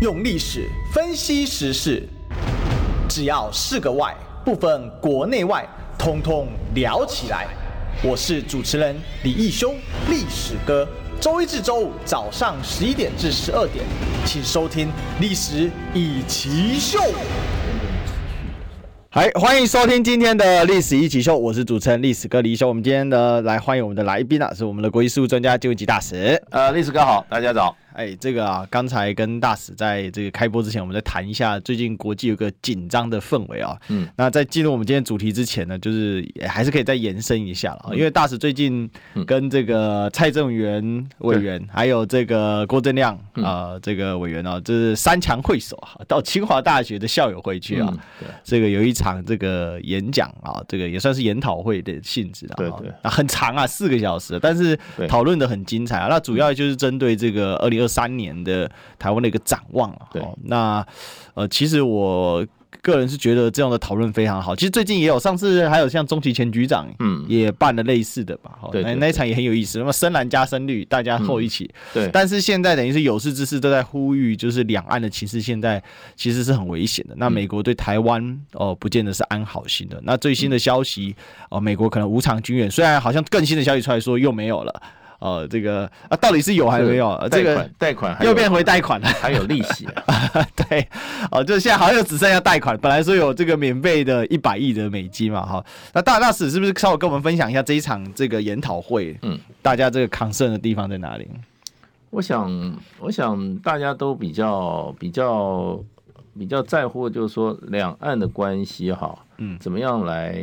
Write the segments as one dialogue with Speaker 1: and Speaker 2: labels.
Speaker 1: 用历史分析时事，只要是个“外”，不分国内外，通通聊起来。我是主持人李义修，历史哥。周一至周五早上十一点至十二点，请收听《历史以奇秀》。
Speaker 2: 来，欢迎收听今天的历史一起秀，我是主持人历史哥李修。我们今天的来欢迎我们的来宾啊，是我们的国际事务专家金文吉大使。
Speaker 3: 呃，历史哥好，大家早。
Speaker 2: 哎，这个啊，刚才跟大使在这个开播之前，我们再谈一下最近国际有个紧张的氛围啊。嗯，那在进入我们今天主题之前呢，就是也还是可以再延伸一下了
Speaker 3: 嗯
Speaker 2: 啊，因为大使最近跟这个蔡正元委员，还有这个郭正亮
Speaker 3: 嗯
Speaker 2: 啊、呃这个委员啊，这、是三强会所啊，到清华大学的校友会去啊，
Speaker 3: 嗯
Speaker 2: 这个有一场这个演讲啊，这个也算是研讨会的性质啊，
Speaker 3: 对对
Speaker 2: 啊，很长啊，四个小时，但是
Speaker 3: 对
Speaker 2: 讨论的很精彩啊。那主要就是针对这个二零二三年的台湾的一个展望啊。
Speaker 3: 对
Speaker 2: 哦那呃，其实我个人是觉得这样的讨论非常好。其实最近也有，上次还有像中崎前局长，
Speaker 3: 嗯
Speaker 2: 也办了类似的吧。哦
Speaker 3: 对
Speaker 2: 那
Speaker 3: 对嗯
Speaker 2: 那一场也很有意思。那么深蓝加深绿，大家后一起。
Speaker 3: 对，
Speaker 2: 但是现在等于是有识之士都在呼吁，就是两岸的情势现在其实是很危险的。
Speaker 3: 嗯
Speaker 2: 那美国对台湾哦、呃不见得是安好心的。那最
Speaker 3: 嗯
Speaker 2: 新的消息哦、呃美国可能无偿军援，虽然好像更新的消息出来说又没有了，呃，这个啊，到底是有还是没有？呃这
Speaker 3: 贷
Speaker 2: 个
Speaker 3: 款贷款还有
Speaker 2: 又变回贷款了。
Speaker 3: 还有利息啊，
Speaker 2: 对，哦，就现在好像只剩下贷款，本来说有这个免费的一百亿的美金嘛，哈。那大大使是不是稍微跟我们分享一下这一场这个研讨会？
Speaker 3: 嗯，
Speaker 2: 大家这个 concern 的地方在哪里？
Speaker 3: 我想，我想大家都比较比较比较在乎，就是说两岸的关系哈，
Speaker 2: 嗯
Speaker 3: 怎么样来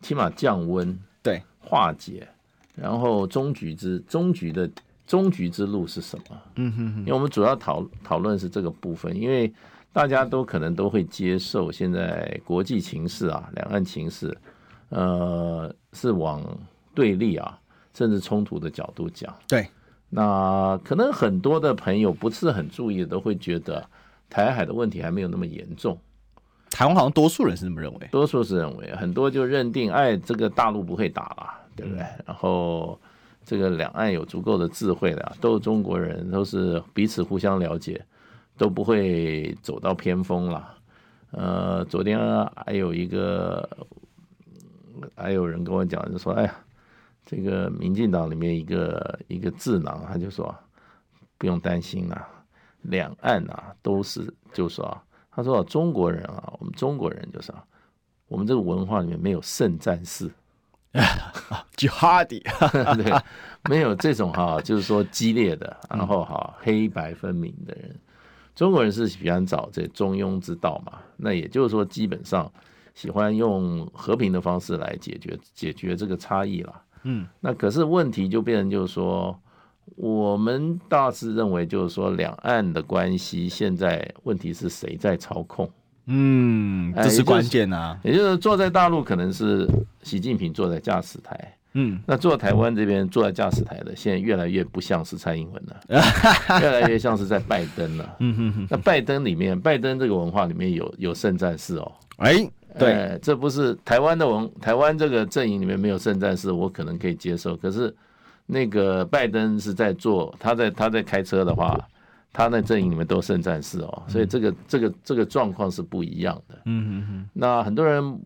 Speaker 3: 起码降温
Speaker 2: 对，
Speaker 3: 化解，然后终局之终局的终局之路是什么？
Speaker 2: 嗯哼哼，
Speaker 3: 因为我们主要讨讨论是这个部分，因为大家都可能都会接受现在国际情势啊，两岸情势，呃，是往对立啊，甚至冲突的角度讲。
Speaker 2: 对，
Speaker 3: 那可能很多的朋友不是很注意的，都会觉得台海的问题还没有那么严重。
Speaker 2: 台湾好像多数人是这么认为。
Speaker 3: 多数是认为，很多就认定，哎，这个大陆不会打了，对不对？然后这个两岸有足够的智慧的，都是中国人，都是彼此互相了解，都不会走到偏锋了。呃，昨天还有一个，嗯还有人跟我讲，就说，哎呀，这个民进党里面一个一个智囊，他就说，不用担心啊，两岸啊都是，就说啊，他说、啊、中国人啊，我们中国人就是啊，我们这个文化里面没有圣战士，
Speaker 2: Jihadi，
Speaker 3: 对，没有这种哈、就是说激烈的，然后哈、黑白分明的人。中国人是喜欢找这中庸之道嘛，那也就是说，基本上喜欢用和平的方式来解决解决这个差异啦。
Speaker 2: 嗯，
Speaker 3: 那可是问题就变成就是说，我们大致认为就是说，两岸的关系现在问题是谁在操控？
Speaker 2: 嗯，
Speaker 3: 哎
Speaker 2: 这
Speaker 3: 也
Speaker 2: 是
Speaker 3: 就是
Speaker 2: 关键啊。
Speaker 3: 也就是坐在大陆可能是习近平坐在驾驶台，
Speaker 2: 嗯，
Speaker 3: 那坐台湾这边坐在驾驶台的，现在越来越不像是蔡英文 了，越来越像是在拜登了。
Speaker 2: 嗯哼哼，
Speaker 3: 那拜登里面，拜登这个文化里面有有圣战士哦。
Speaker 2: 哎，对，
Speaker 3: 哎这不是台湾的文，台湾这个阵营里面没有圣战士，我可能可以接受。可是那个拜登是在做，他在他在开车的话，他那阵营里面都圣战士哦，所以这个这个这个状况是不一样的。
Speaker 2: 嗯哼哼，
Speaker 3: 那很多人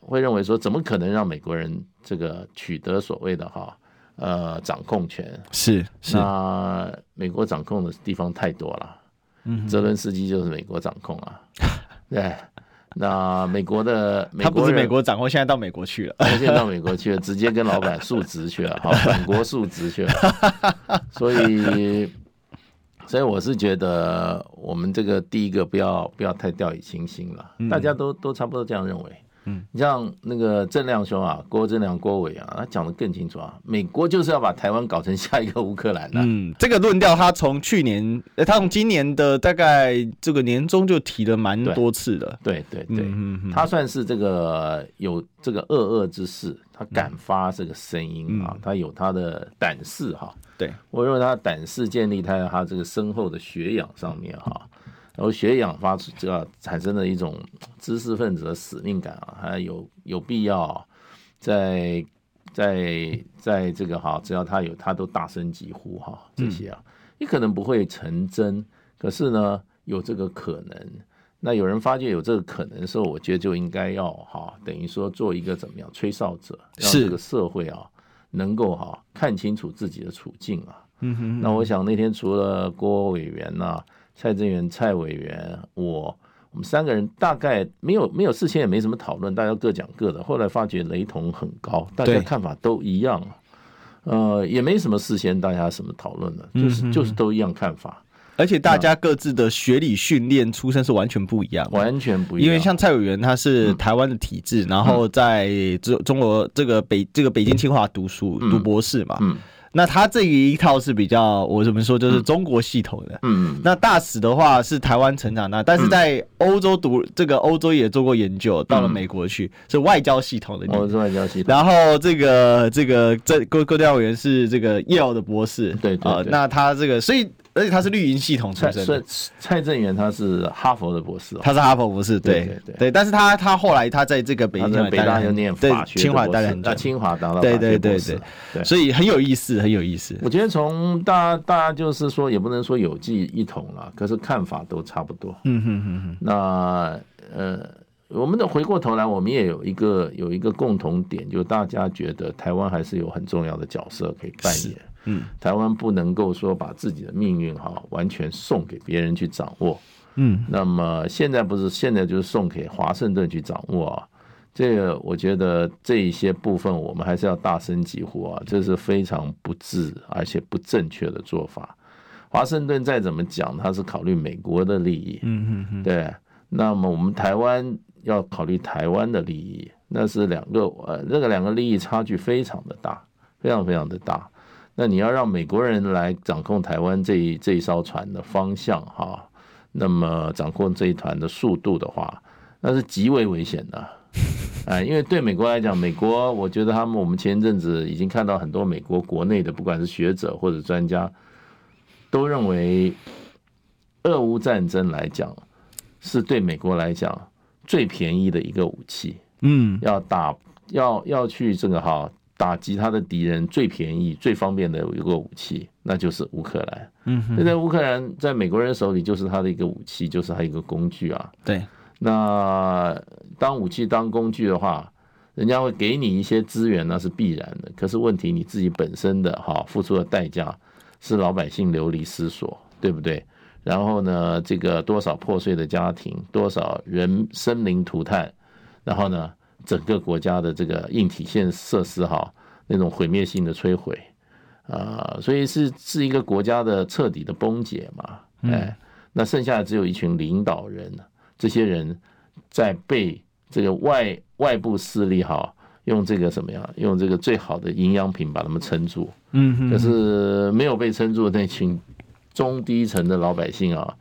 Speaker 3: 会认为说，怎么可能让美国人这个取得所谓的哈呃掌控权？
Speaker 2: 是是，
Speaker 3: 那美国掌控的地方太多了，
Speaker 2: 嗯
Speaker 3: 泽伦斯基就是美国掌控啊， 对。那美国的美
Speaker 2: 他不
Speaker 3: 国
Speaker 2: 是
Speaker 3: 人
Speaker 2: 美国掌握，现在到美国去了。
Speaker 3: 而且到美国去了，直接跟老板述职去了，好，本国述职去 了。所以，所以我是觉得我们这个第一个不要不要太掉以轻心了，大家都都差不多这样认为。
Speaker 2: 嗯，
Speaker 3: 你像那个郑亮兄啊，郭正亮、郭伟啊，他讲的更清楚啊，美国就是要把台湾搞成下一个乌克兰的、
Speaker 2: 嗯，这个论调他从去年，呃他从今年的大概这个年中就提了蛮
Speaker 3: 对
Speaker 2: 多次的。
Speaker 3: 对对对，
Speaker 2: 嗯嗯
Speaker 3: 他算是这个有这个恶恶之士，他敢
Speaker 2: 嗯
Speaker 3: 发这个声音啊，他有他的胆识哈、
Speaker 2: 对，
Speaker 3: 我认为他的胆识建立在他这个深厚的学养上面哈、然后学养发出这个产生的一种知识分子的使命感啊，还有有必要啊在在在这个哈、只要他有他都大声疾呼哈、这些啊，你可能不会成真，可是呢，有这个可能。那有人发觉有这个可能的时候，我觉得就应该要哈、等于说做一个怎么样吹哨者，让
Speaker 2: 是
Speaker 3: 这个社会啊能够哈、看清楚自己的处境啊。嗯哼那我想那天除了郭委员呐、蔡正元、蔡委员，我我们三个人大概没有没有事先也没什么讨论，大家各讲各的。后来发觉雷同很高，大家
Speaker 2: 对
Speaker 3: 看法都一样啊。呃，也没什么事先大家什么讨论的，
Speaker 2: 嗯
Speaker 3: 就是就是都一样看法，
Speaker 2: 而且大家各自的学理训练、出身是完全不一样的。
Speaker 3: 完全不一样。嗯
Speaker 2: 因为像蔡委员他是台湾的体制，然后在中中国这个北这个北京清华读书、读博士嘛，
Speaker 3: 嗯
Speaker 2: 那他这一套是比较我怎么说就是中国系统的。
Speaker 3: 嗯，
Speaker 2: 那大使的话是台湾成长的，但是在欧洲读这个欧洲也做过研
Speaker 3: 嗯
Speaker 2: 究，到了美国去是外交系统的。
Speaker 3: 我是外交系统，
Speaker 2: 然后这个这个这郭郭调委员是这个耶鲁的博士，
Speaker 3: 对对对
Speaker 2: 啊那他这个所以而且他是绿营系统出
Speaker 3: 蔡
Speaker 2: 身
Speaker 3: 蔡
Speaker 2: 的，
Speaker 3: 蔡正元他是哈佛的博士、哦，
Speaker 2: 他是哈佛博士，
Speaker 3: 对
Speaker 2: 对
Speaker 3: 对对
Speaker 2: 但是他他后来他在这个北
Speaker 3: 他
Speaker 2: 京
Speaker 3: 在北大
Speaker 2: 又
Speaker 3: 又念法学的博士，
Speaker 2: 清华大学很
Speaker 3: 在
Speaker 2: 久，
Speaker 3: 清华达到
Speaker 2: 对
Speaker 3: 法
Speaker 2: 对
Speaker 3: 学
Speaker 2: 对
Speaker 3: 博士
Speaker 2: 对，
Speaker 3: 对
Speaker 2: 所以很有意思，很有意思。
Speaker 3: 我觉得从大家大家就是说，也不能说有志一同了，可是看法都差不多。
Speaker 2: 嗯哼哼哼，
Speaker 3: 那呃，我们的回过头来，我们也有一个有一个共同点，就是大家觉得台湾还是有很重要的角色可以扮演。
Speaker 2: 嗯，
Speaker 3: 台湾不能够说把自己的命运哈、完全送给别人去掌握。
Speaker 2: 嗯，
Speaker 3: 那么现在不是现在就是送给华盛顿去掌握啊。这个我觉得这一些部分我们还是要大声疾呼啊，这是非常不智而且不正确的做法。华盛顿再怎么讲，他是考虑美国的利益，
Speaker 2: 嗯哼哼，
Speaker 3: 对，那么我们台湾要考虑台湾的利益，那是两个呃，这个两个利益差距非常的大，非常非常的大。那你要让美国人来掌控台湾这一这一艘船的方向哈，那么掌控这一团的速度的话，那是极为危险的。 哎，因为对美国来讲，美国我觉得他们，我们前一阵子已经看到很多美国国内的，不管是学者或者专家，都认为俄乌战争来讲，是对美国来讲最便宜的一个武器，
Speaker 2: 嗯，
Speaker 3: 要打要要去这个哈打击他的敌人最便宜最方便的一个武器，那就是乌克兰。
Speaker 2: 嗯哼，
Speaker 3: 那在乌克兰在美国人手里就是他的一个武器，就是他一个工具啊。
Speaker 2: 对，
Speaker 3: 那当武器当工具的话，人家会给你一些资源，那是必然的。可是问题你自己本身的哈付出的代价是老百姓流离失所，对不对？然后呢，这个多少破碎的家庭，多少人生灵涂炭，然后呢，整个国家的这个硬体现设施哈，那种毁灭性的摧毁，啊、所以是是一个国家的彻底的崩解嘛，哎，那剩下的只有一群领导人，这些人在被这个外外部势力哈，用这个什么呀，用这个最好的营养品把他们撑住，
Speaker 2: 嗯哼，
Speaker 3: 可是没有被撑住的那群中低层的老百姓啊，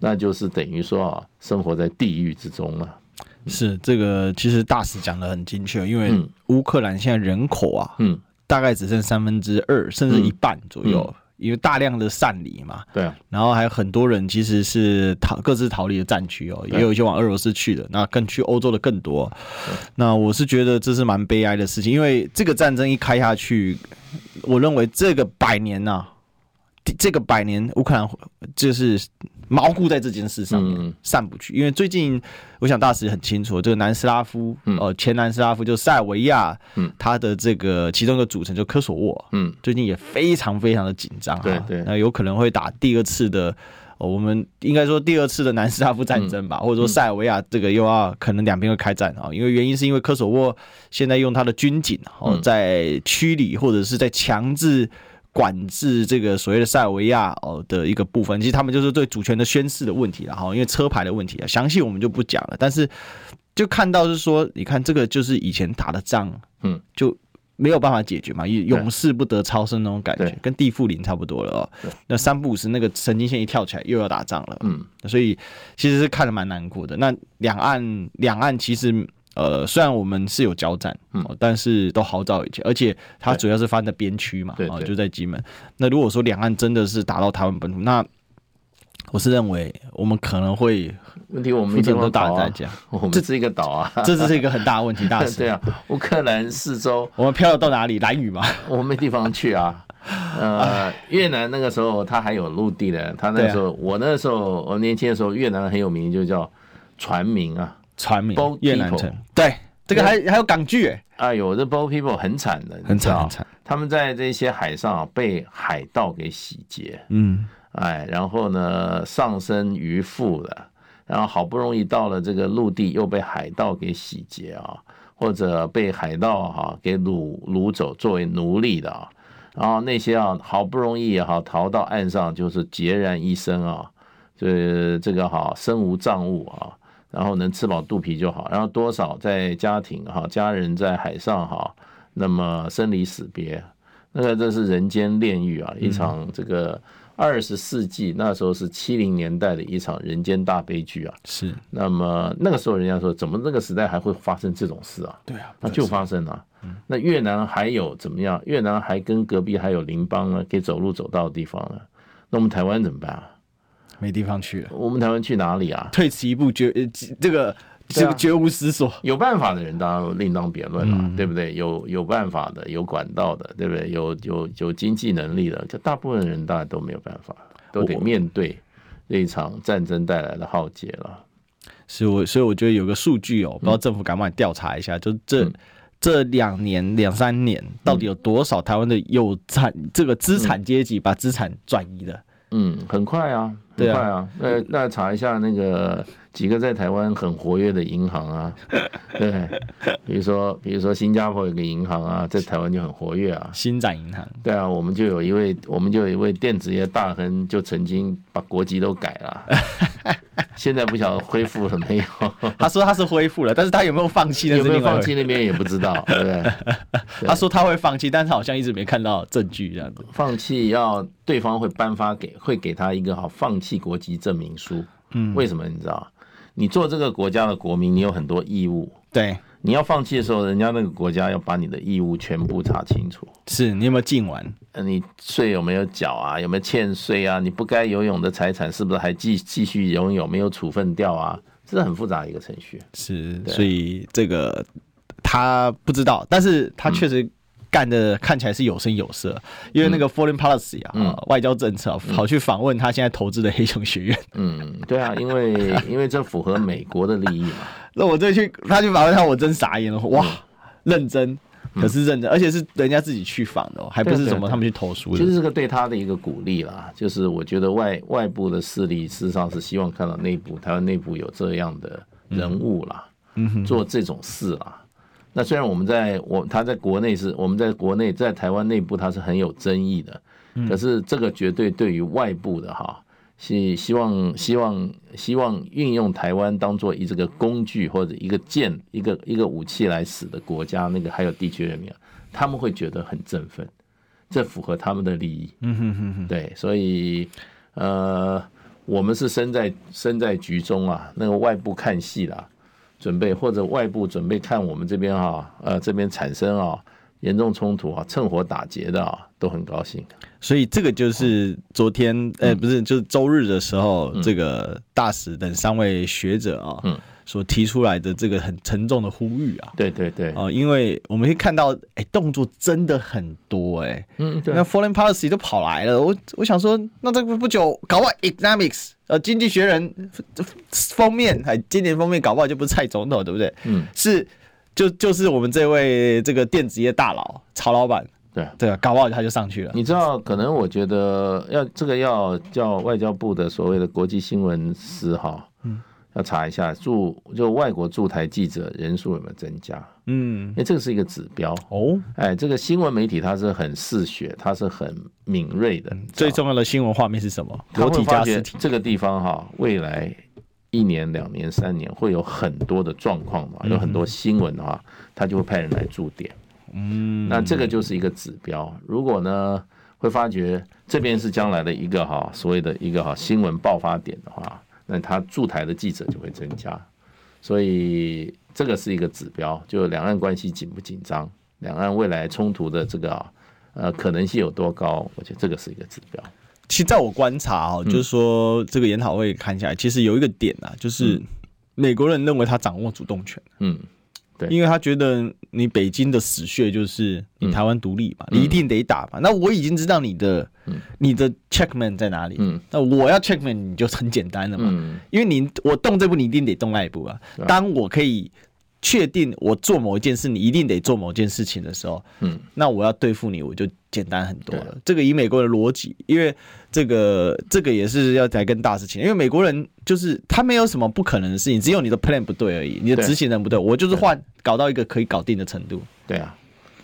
Speaker 3: 那就是等于说啊，生活在地狱之中啊了、
Speaker 2: 是这个其实大使讲的很精确，因为
Speaker 3: 嗯
Speaker 2: 乌克兰现在人口啊，
Speaker 3: 嗯，
Speaker 2: 大概只剩三分之二甚至一半左右，
Speaker 3: 嗯
Speaker 2: 因为大量的散离嘛，
Speaker 3: 对啊，
Speaker 2: 然后还有很多人其实是逃各自逃离的战区哦，
Speaker 3: 对
Speaker 2: 也有一些往俄罗斯去的，那更去欧洲的更多。那我是觉得这是蛮悲哀的事情，因为这个战争一开下去，我认为这个百年呐、第这个百年乌克兰就是毛固在这件事上面、
Speaker 3: 嗯
Speaker 2: 散不去，因为最近我想大使很清楚，这个南斯拉夫，
Speaker 3: 嗯
Speaker 2: 呃，前南斯拉夫就塞尔维亚，
Speaker 3: 嗯
Speaker 2: 它的这个其中一个组成就科索沃，
Speaker 3: 嗯，
Speaker 2: 最近也非常非常的紧张、啊，
Speaker 3: 对对
Speaker 2: 那有可能会打第二次的，呃我们应该说第二次的南斯拉夫战争
Speaker 3: 嗯
Speaker 2: 吧，或者说塞尔维亚这个又要可能两边会开战啊，因为原因是因为科索沃现在用它的军警哦
Speaker 3: 嗯
Speaker 2: 在驱离或者是在强制。管制这个所谓的塞尔维亚哦的一个部分，其实他们就是对主权的宣誓的问题了哈，因为车牌的问题啊，详细我们就不讲了。但是就看到是说，你看这个就是以前打的仗，
Speaker 3: 嗯，
Speaker 2: 就没有办法解决嘛，永永世不得超生那种感觉
Speaker 3: 对，
Speaker 2: 跟地缚灵差不多了哦
Speaker 3: 对。
Speaker 2: 那三不五时那个神经线一跳起来，又要打仗了，
Speaker 3: 嗯，
Speaker 2: 所以其实是看得蛮难过的。那两岸两岸其实。呃，虽然我们是有交战，
Speaker 3: 嗯
Speaker 2: 哦但是都好早以前，而且它
Speaker 3: 对
Speaker 2: 主要是翻在边区嘛，
Speaker 3: 对
Speaker 2: 哦
Speaker 3: 对
Speaker 2: 就在金门。那如果说两岸真的是打到台湾本土，那我是认为我们可能会
Speaker 3: 问题我们
Speaker 2: 负
Speaker 3: 一
Speaker 2: 责
Speaker 3: 定
Speaker 2: 的
Speaker 3: 会
Speaker 2: 大
Speaker 3: 打
Speaker 2: 人在
Speaker 3: 啊
Speaker 2: 讲，
Speaker 3: 我们是一个岛 啊，
Speaker 2: 这是一个很大的问 题，大
Speaker 3: 对
Speaker 2: 师。
Speaker 3: 啊，乌克兰四周
Speaker 2: 我们漂流到哪里？蓝雨嘛，
Speaker 3: 我没地方去啊。呃，越南那个时候它还有陆地的，它那
Speaker 2: 对啊
Speaker 3: 时候、我那时候我年轻的时候，越南很有名，就叫船民啊。
Speaker 2: 船民
Speaker 3: Boat
Speaker 2: 越南
Speaker 3: people
Speaker 2: 城，对，这个还还有港剧哎，
Speaker 3: 哎呦，这 boat people 很惨的，
Speaker 2: 很
Speaker 3: 你知道
Speaker 2: 惨很惨。
Speaker 3: 他们在这些海上、啊、被海盗给洗劫，
Speaker 2: 嗯，
Speaker 3: 哎，然后呢上身渔夫了，然后好不容易到了这个陆地，又被海盗给洗劫啊，或者被海盗哈、给掳掳走作为奴隶的啊，然后那些啊好不容易哈、逃到岸上，就是孑然一身啊，这这个哈、身无障物啊，然后能吃饱肚皮就好，然后多少在家庭哈、家人在海上哈、那么生离死别，那个这是人间炼狱啊，一场这个二十世纪那时候是七零年代的一场人间大悲剧啊。
Speaker 2: 是
Speaker 3: 那么那个时候人家说，怎么那个时代还会发生这种事啊？
Speaker 2: 对啊，
Speaker 3: 那就发生了。啊那越南还有怎么样？越南还跟隔壁还有邻邦呢，可以走路走到的地方了。那我们台湾怎么办啊？
Speaker 2: 没地方去了，
Speaker 3: 我们台湾去哪里啊？
Speaker 2: 退此一步绝呃这个这
Speaker 3: 对啊
Speaker 2: 个绝无思索。
Speaker 3: 有办法的人当然另当别论了，对不对？有有办法的，有管道的，对不对？有有有经济能力的，这大部分人当然都没有办法，都得面对这一场战争带来的浩劫了。
Speaker 2: 是我，所以我觉得有个数据哦，不知道政府敢不敢调查一下，就这、
Speaker 3: 嗯
Speaker 2: 这两年两三年，到底有多少台湾的有产这个资产阶级把资产转移的？
Speaker 3: 嗯，很快啊，很
Speaker 2: 对啊
Speaker 3: 快啊。那那查一下那个几个在台湾很活跃的银 行啊，对，比如说比如说新加坡有个银行啊，在台湾就很活跃啊。
Speaker 2: 新展银 行
Speaker 3: 对啊，我们就有一位，我们就有一位电子业大亨，就曾经把国籍都改了，啊 现在不晓得恢复了没有，
Speaker 2: 他说他是恢复了，但是他有没有放弃呢？
Speaker 3: 有
Speaker 2: 是
Speaker 3: 没有
Speaker 2: 另外一
Speaker 3: 放
Speaker 2: 回
Speaker 3: 弃
Speaker 2: 事。
Speaker 3: 那边也不知道，对不对？
Speaker 2: 他说他会放弃，但是好像一直没看到证据这样子。
Speaker 3: 放弃要对方会颁发给，会给他一个好放弃国籍证明书。嗯，为什么你知道？你做这个国家的国民，你有很多义务。
Speaker 2: 对，
Speaker 3: 你要放弃的时候，人家那个国家要把你的义务全部查清楚。
Speaker 2: 是你有没有尽完？
Speaker 3: 呃你税有没有缴啊？有没有欠税啊？你不该游泳的财产是不是还继继续拥有？没有处分掉啊？这是很复杂的一个程序。
Speaker 2: 是，
Speaker 3: 对
Speaker 2: 所以这个他不知道，但是他确实干的看起来是有声有色，因为那个 foreign policy 啊，
Speaker 3: 嗯
Speaker 2: 外交政策啊、跑去访问他现在投资的黑熊学院。
Speaker 3: 嗯，对啊，因为因为这符合美国的利益嘛。
Speaker 2: 那我这去他去访问他，我真傻眼了，
Speaker 3: 嗯
Speaker 2: 哇，认真，可是认真，而且是人家自己去访的、哦，还不
Speaker 3: 对
Speaker 2: 是
Speaker 3: 啊
Speaker 2: 什
Speaker 3: 对啊
Speaker 2: 么他们去投书
Speaker 3: 其
Speaker 2: 的。
Speaker 3: 实这个对他的一个鼓励啦，就是我觉得外外部的势力事实上是希望看到内部台湾内部有这样的人物啦，做这种事啦。那虽然我们在我他在国内是我们在国内在台湾内部他是很有争议的，可是这个绝对对于外部的哈。是希望希望希望运用台湾当做一这个工具或者一个剑一个一个武器来使的国家那个还有地区人民啊，他们会觉得很振奋，这符合他们的利益。
Speaker 2: 嗯哼哼哼，
Speaker 3: 对，所以呃，我们是身在身在局中啊，那个外部看戏啦，准备或者外部准备看我们这边啊，呃，这边产生啊严重冲突啊，趁火打劫的啊，都很高兴。
Speaker 2: 所以这个
Speaker 3: 嗯
Speaker 2: 就是昨天，呃，不是，就是周日的时候，这个大使等三位学者啊、
Speaker 3: 嗯
Speaker 2: 所提出来的这个很沉重的呼吁啊。
Speaker 3: 对对对，
Speaker 2: 哦，因为我们可以看到，哎、动作真的很多、哎，
Speaker 3: 嗯，对
Speaker 2: 那 foreign policy 都跑来了，我我想说，那这个不久，搞不好 economics，呃，经济学人呃封面，哎，今年封面搞不好就不是蔡总统，对不对？
Speaker 3: 嗯，
Speaker 2: 是，就就是我们这位这个电子业大佬曹老板，
Speaker 3: 对。
Speaker 2: 对啊吧？搞不好他就上去了。
Speaker 3: 你知道，可能我觉得要这个要叫外交部的所谓的国际新闻司哈，嗯，要查一下驻就外国驻台记者人数有没有增加，
Speaker 2: 嗯
Speaker 3: 因，为这个是一个指标。
Speaker 2: 哦，
Speaker 3: 哎，这个新闻媒体它是很嗜血，它是很敏锐的。
Speaker 2: 最重要的新闻画面是什么？
Speaker 3: 它
Speaker 2: 裸
Speaker 3: 啊会
Speaker 2: 体
Speaker 3: 发
Speaker 2: 加
Speaker 3: 觉
Speaker 2: 尸体。
Speaker 3: 这个地方哈，未来一年、两年、三年会有很多的状况
Speaker 2: 嗯
Speaker 3: 嘛，有很多新闻啊，他就会派人来驻点。嗯，那这个就是一个指标。如果呢，会发觉这边是将来的一个哈所谓的一个哈新闻爆发点的话，那他驻台的记者就会增加。所以这个是一个指标，就两岸关系紧不紧张，两岸未来冲突的这个啊呃可能性有多高，我觉得这个是一个指标。
Speaker 2: 其实在我观察
Speaker 3: 嗯
Speaker 2: 哦，就是说这个研讨会看下来，其实有一个点啊，就是美国人认为他掌握主动权，
Speaker 3: 嗯，对嗯
Speaker 2: 因为他觉得你北京的死穴就是你台湾独立嘛，你一定得打嘛。那我已经知道你的你的 checkman 在哪里
Speaker 3: 嗯，
Speaker 2: 那我要 checkman 你就很简单了嘛
Speaker 3: 嗯，
Speaker 2: 因为你我动这步，你一定得动那一步啊。当我可以确定我做某一件事，你一定得做某件事情的时候，
Speaker 3: 嗯，
Speaker 2: 那我要对付你，我就简单很多了。这个以美国的逻辑，因为这个这个也是要来跟大事情，因为美国人就是他没有什么不可能的事情，只有你的 plan 不对而已，你的
Speaker 3: 对
Speaker 2: 执行人不对。我就是换搞到一个可以搞定的程度。
Speaker 3: 对啊，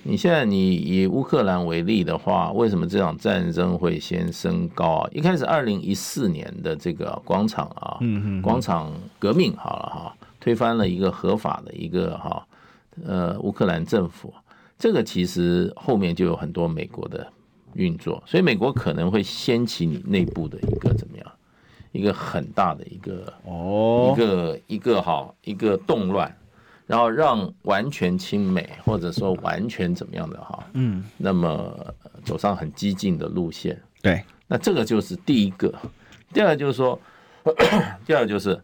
Speaker 3: 你现在你以乌克兰为例的话，为什么这场战争会先升高啊？一开始二零一四年的这个广场啊，嗯广场革命好了哈、推翻了一个合法的一个哈、呃乌克兰政府，这个其实后面就有很多美国的运作，所以美国可能会掀起你内部的一个怎么样？一个很大的一个
Speaker 2: 哦
Speaker 3: 一，个一个哈一个动乱，然后让完全亲美或者说完全怎么样的哈，嗯，那么呃走上很激进的路线，
Speaker 2: 对，
Speaker 3: 那这个就是第一个。第二个就是说，第二个就是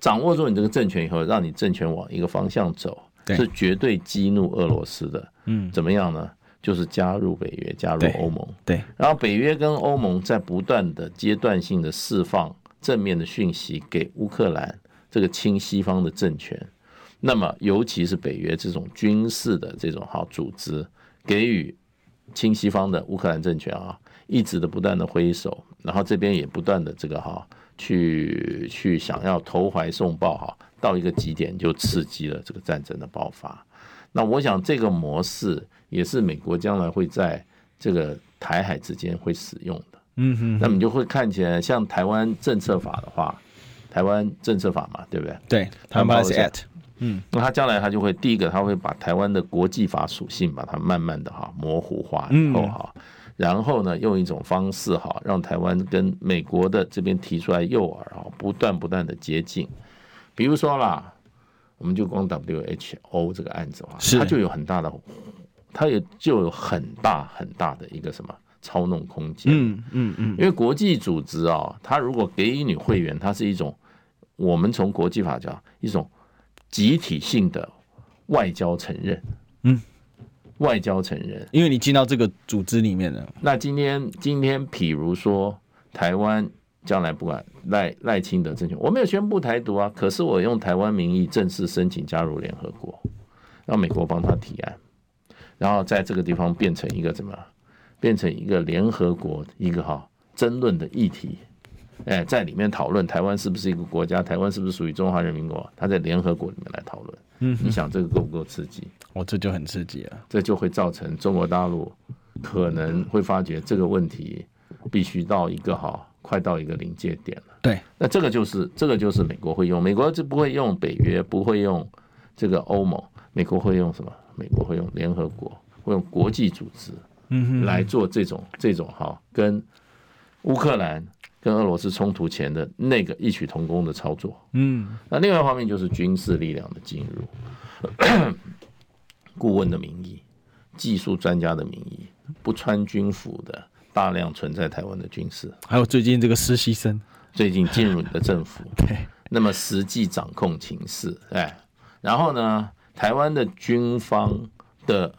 Speaker 3: 掌握住你这个政权以后，让你政权往一个方向走，
Speaker 2: 对
Speaker 3: 是绝对激怒俄罗斯的。
Speaker 2: 嗯，
Speaker 3: 怎么样呢？就是加入北约，加入
Speaker 2: 对
Speaker 3: 欧盟。
Speaker 2: 对，
Speaker 3: 然后北约跟欧盟在不断的阶段性的释放正面的讯息给乌克兰这个亲西方的政权，那么尤其是北约这种军事的这种好组织，给予亲西方的乌克兰政权啊，一直的不断的挥手，然后这边也不断的这个哈、去去想要投怀送抱哈、到一个极点就刺激了这个战争的爆发。那我想这个模式也是美国将来会在这个台海之间会使用的。
Speaker 2: 嗯哼，
Speaker 3: 那么你就会看起来像台湾政策法的话，台湾政策法嘛，对不对？
Speaker 2: 对，他们把它是 at，
Speaker 3: 那他将来他就会第一个，他会把台湾的国际法属性把它慢慢的哈模糊化以后哈，然后呢用一种方式哈，让台湾跟美国的这边提出来诱饵哈，不断不断的接近。比如说啦，我们就光 WHO 这个案子的话，
Speaker 2: 是
Speaker 3: 它就有很大的，它也就有很大很大的一个什么操弄空间。
Speaker 2: 嗯嗯嗯，
Speaker 3: 因为国际组织啊、它如果给予你会员，它是一种我们从国际法讲一种集体性的外交承认，
Speaker 2: 嗯，
Speaker 3: 外交承认。
Speaker 2: 因为你进到这个组织里面了，
Speaker 3: 那今天今天，譬如说台湾将来不管赖赖清德政权，我没有宣布台独啊，可是我用台湾名义正式申请加入联合国，让美国帮他提案，然后在这个地方变成一个怎么样，变成一个联合国一个哈争论的议题。哎，在里面讨论台湾是不是一个国家，台湾是不是属于中华人民共和国，他在联合国里面来讨论。嗯，你想这个够不够刺激？
Speaker 2: 我这就很刺激了。
Speaker 3: 这就会造成中国大陆可能会发觉这个问题必须到一个哈，快到一个临界点了。
Speaker 2: 对，
Speaker 3: 那这个就是这个就是美国会用，美国就不会用北约，不会用这个欧盟，美国会用什么？美国会用联合国，会用国际组织，嗯，来做这种这种哈跟乌克兰跟俄罗斯冲突前的那个异曲同工的操作。
Speaker 2: 嗯，
Speaker 3: 那另外一方面就是军事力量的进入， 顾问的名义、技术专家的名义，不穿军服的大量存在台湾的军事，
Speaker 2: 还有最近这个实习生，
Speaker 3: 最近进入你的政府，
Speaker 2: 对，
Speaker 3: 那么实际掌控情势，哎，然后呢，台湾的军方的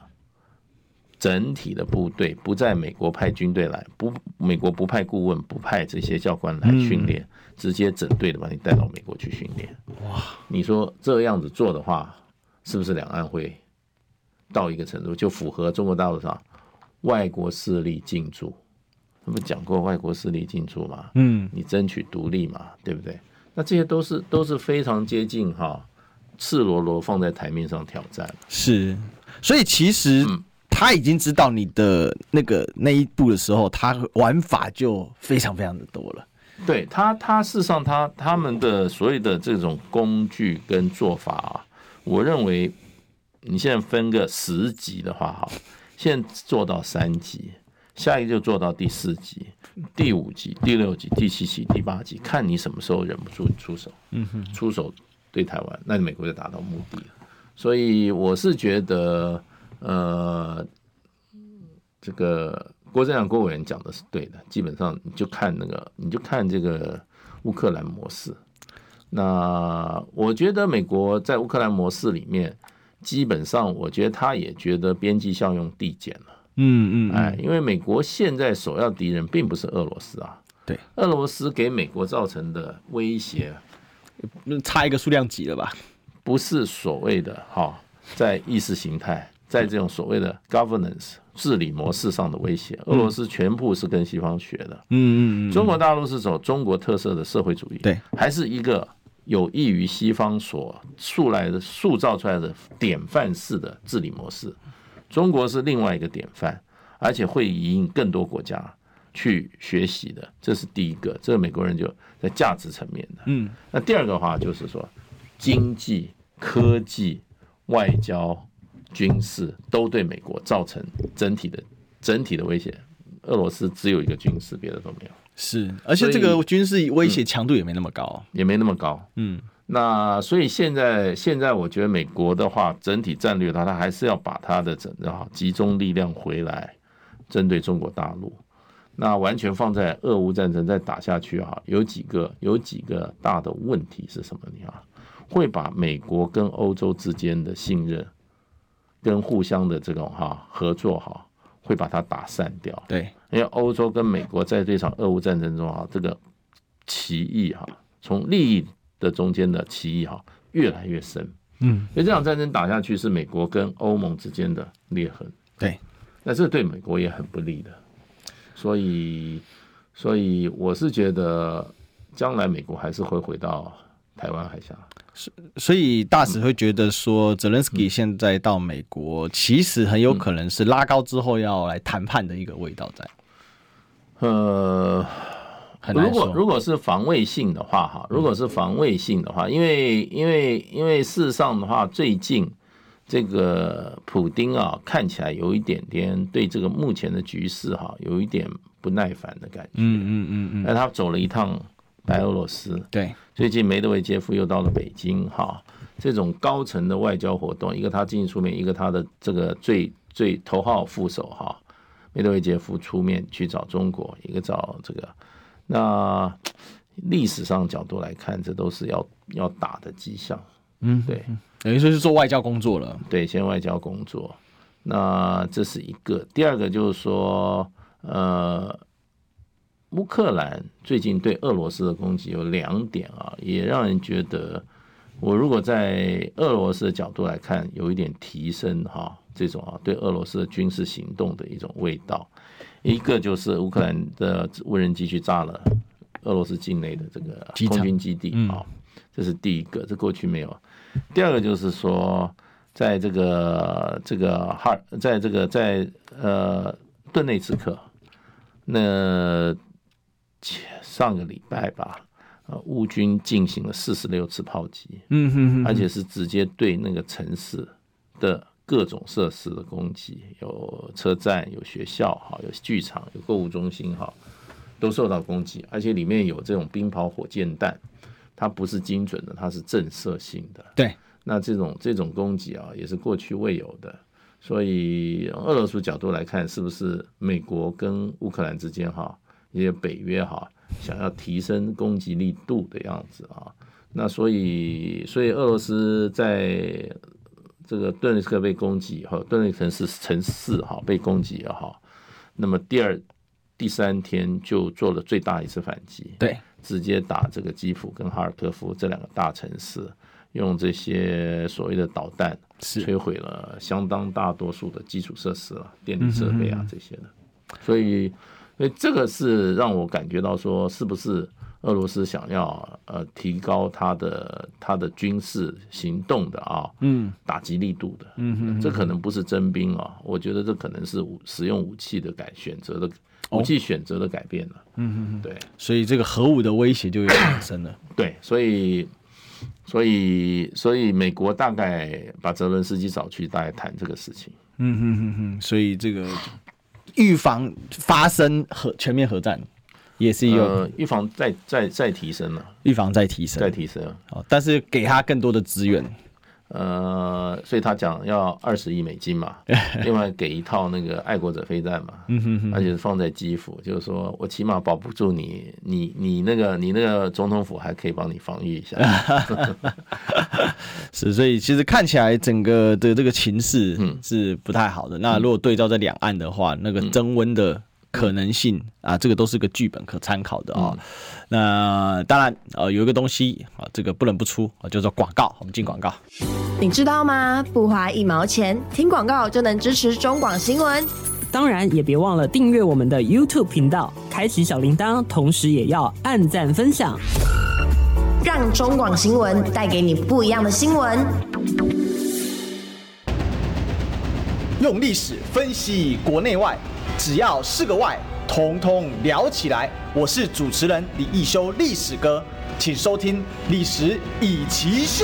Speaker 3: 整体的部队不在美国派军队来，不，美国不派顾问，不派这些教官来训练，直接整队的把你带到美国去训练。哇，你说这样子做的话，是不是两岸会到一个程度，就符合中国大陆上外国势力进驻？他们讲过外国势力进驻吗？
Speaker 2: 嗯，
Speaker 3: 你争取独立嘛，对不对？那这些都是都是非常接近哈，赤裸裸放在台面上挑战。
Speaker 2: 是，所以其实他已经知道你的那个那一步的时候，他玩法就非常非常的多了。
Speaker 3: 对他，他事实上他他们的所有的这种工具跟做法啊，我认为你现在分个十级的话哈，现在做到三级，下一个就做到第四级、第五级、第六级、第七级、第八级，看你什么时候忍不住出手，嗯哼，出手对台湾，那美国就达到目的了。所以我是觉得，呃，这个郭正亮、郭委员讲的是对的，基本上你就看那个，你就看这个乌克兰模式。那我觉得美国在乌克兰模式里面，基本上我觉得他也觉得边际效用递减了。
Speaker 2: 嗯嗯，
Speaker 3: 哎，因为美国现在首要敌人并不是俄罗斯啊，
Speaker 2: 对，
Speaker 3: 俄罗斯给美国造成的威胁
Speaker 2: 嗯，差一个数量级了吧？
Speaker 3: 不是所谓的哈、在意识形态，在这种所谓的 governance 治理模式上的威胁，
Speaker 2: 嗯
Speaker 3: 俄罗斯全部是跟西方学的。
Speaker 2: 嗯嗯嗯，
Speaker 3: 中国大陆是走中国特色的社会主义，
Speaker 2: 对，
Speaker 3: 还是一个有益于西方所塑来的、塑造出来的典范式的治理模式。中国是另外一个典范，而且会引更多国家去学习的，这是第一个。这个美国人就在价值层面的，
Speaker 2: 嗯，
Speaker 3: 那第二个话就是说，经济、科技、外交、军事都对美国造成整体的整体的威胁。俄罗斯只有一个军事，别的都没有。
Speaker 2: 是，而且这个
Speaker 3: 所
Speaker 2: 军事威胁强度也没那么高。哦
Speaker 3: 也没那么高。
Speaker 2: 嗯，
Speaker 3: 那所以现在现在我觉得美国的话，整体战略它它还是要把它的整个哈集中力量回来，针对中国大陆。那完全放在俄乌战争再打下去啊，有几个有几个大的问题是什么？你啊，会把美国跟欧洲之间的信任，跟互相的这种哈、合作哈、会把它打散掉。
Speaker 2: 对，
Speaker 3: 因为欧洲跟美国在这场俄乌战争中啊，这个歧义哈、从利益的中间的歧义哈、越来越深。
Speaker 2: 嗯，
Speaker 3: 所以这场战争打下去是美国跟欧盟之间的裂痕，
Speaker 2: 对，
Speaker 3: 那这对美国也很不利的。所以，所以我是觉得，将来美国还是会回到台湾海峡。
Speaker 2: 所以大使会觉得说，泽连斯基现在到美国，其实很有可能是拉高之后要来谈判的一个味道在，
Speaker 3: 呃，
Speaker 2: 很难
Speaker 3: 如果
Speaker 2: 说。嗯
Speaker 3: 如果是防卫性的话，哈，如果是防卫性的话，因为因为因为事实上的话，最近这个普丁啊，看起来有一点点对这个目前的局势哈、有一点不耐烦的感觉。
Speaker 2: 嗯嗯嗯嗯，
Speaker 3: 那他走了一趟白俄罗斯，
Speaker 2: 对，
Speaker 3: 最近梅德韦杰夫又到了北京，哈，这种高层的外交活动，一个他进行出面，一个他的这个最最头号副手哈，梅德韦杰夫出面去找中国，一个找这个，那历史上角度来看，这都是要要打的迹象，
Speaker 2: 嗯，
Speaker 3: 对
Speaker 2: 等于说是做外交工作了。
Speaker 3: 对，先外交工作，那这是一个，第二个就是说，呃。乌克兰最近对俄罗斯的攻击有两点啊，也让人觉得，我如果在俄罗斯的角度来看，有一点提升哈、这种啊对俄罗斯的军事行动的一种味道。一个就是乌克兰的无人机去炸了俄罗斯境内的这个
Speaker 2: 机场嗯
Speaker 3: 空军基地啊、这是第一个，这过去没有。第二个就是说，在这个这个哈尔，在这个在呃顿内茨克，那前上个礼拜吧，呃，乌军进行了四十六次炮击，
Speaker 2: 嗯哼
Speaker 3: 而且是直接对那个城市的各种设施的攻击，有车站、有学校、哈，有剧场、有购物中心，哈，都受到攻击，而且里面有这种冰雹、火箭弹，它不是精准的，它是震慑性的。
Speaker 2: 对，
Speaker 3: 那这种这种攻击啊，也是过去未有的。所以俄罗斯角度来看，是不是美国跟乌克兰之间哈、也有北约哈、想要提升攻击力度的样子啊？那所以，所以俄罗斯在这个顿涅茨克被攻击以后，顿涅茨克是城市哈被攻击也好，那么第二、第三天就做了最大一次反击。
Speaker 2: 对，
Speaker 3: 直接打这个基辅跟哈尔科夫这两个大城市，用这些所谓的导弹
Speaker 2: 是
Speaker 3: 摧毁了相当大多数的基础设施了、电力设备啊这些的。所以，所以这个是让我感觉到说，是不是俄罗斯想要呃提高它的它的军事行动的啊，嗯，打击力度的，嗯哼这可能不是征兵啊，我觉得这可能是武使用武器的改选择的武器选择的改变了，哦嗯哼对。
Speaker 2: 所以这个核武的威胁就有产生 了。
Speaker 3: 对，所以，所以，所以美国大概把泽伦斯基找去，大概谈这个事情。
Speaker 2: 嗯哼哼哼，所以这个预防发生核全面核战也是有
Speaker 3: 呃，预防再再再提升了，啊
Speaker 2: 预防在提升
Speaker 3: 再，提升。啊
Speaker 2: 哦，但是给他更多的资源，
Speaker 3: 呃，所以他讲要二十亿美金 嘛，另外给一套那个爱国者飞弹嘛，
Speaker 2: 嗯
Speaker 3: 而且是放在基辅，就是说我起码保不住你，你你那个你那个总统府还可以帮你防御一 下，
Speaker 2: 是，所以其实看起来整个的这个情势是不太好的。那如果对照在两岸的话，那个增温的可能性、啊，这个都是个剧本可参考的啊、那当然，呃，有一个东西啊，这个不能不出啊，叫做广告。我们进广告。
Speaker 4: 你知道吗？不花一毛钱，听广告就能支持中广新闻。
Speaker 5: 当然也别忘了订阅我们的 YouTube 频道，开启小铃铛，同时也要按赞分享。
Speaker 4: 让中广新闻带给你不一样的新闻。
Speaker 1: 用历史分析国内外，只要是个“外”，统统聊起来。我是主持人李一修，历史哥，请收听《历史以奇秀》。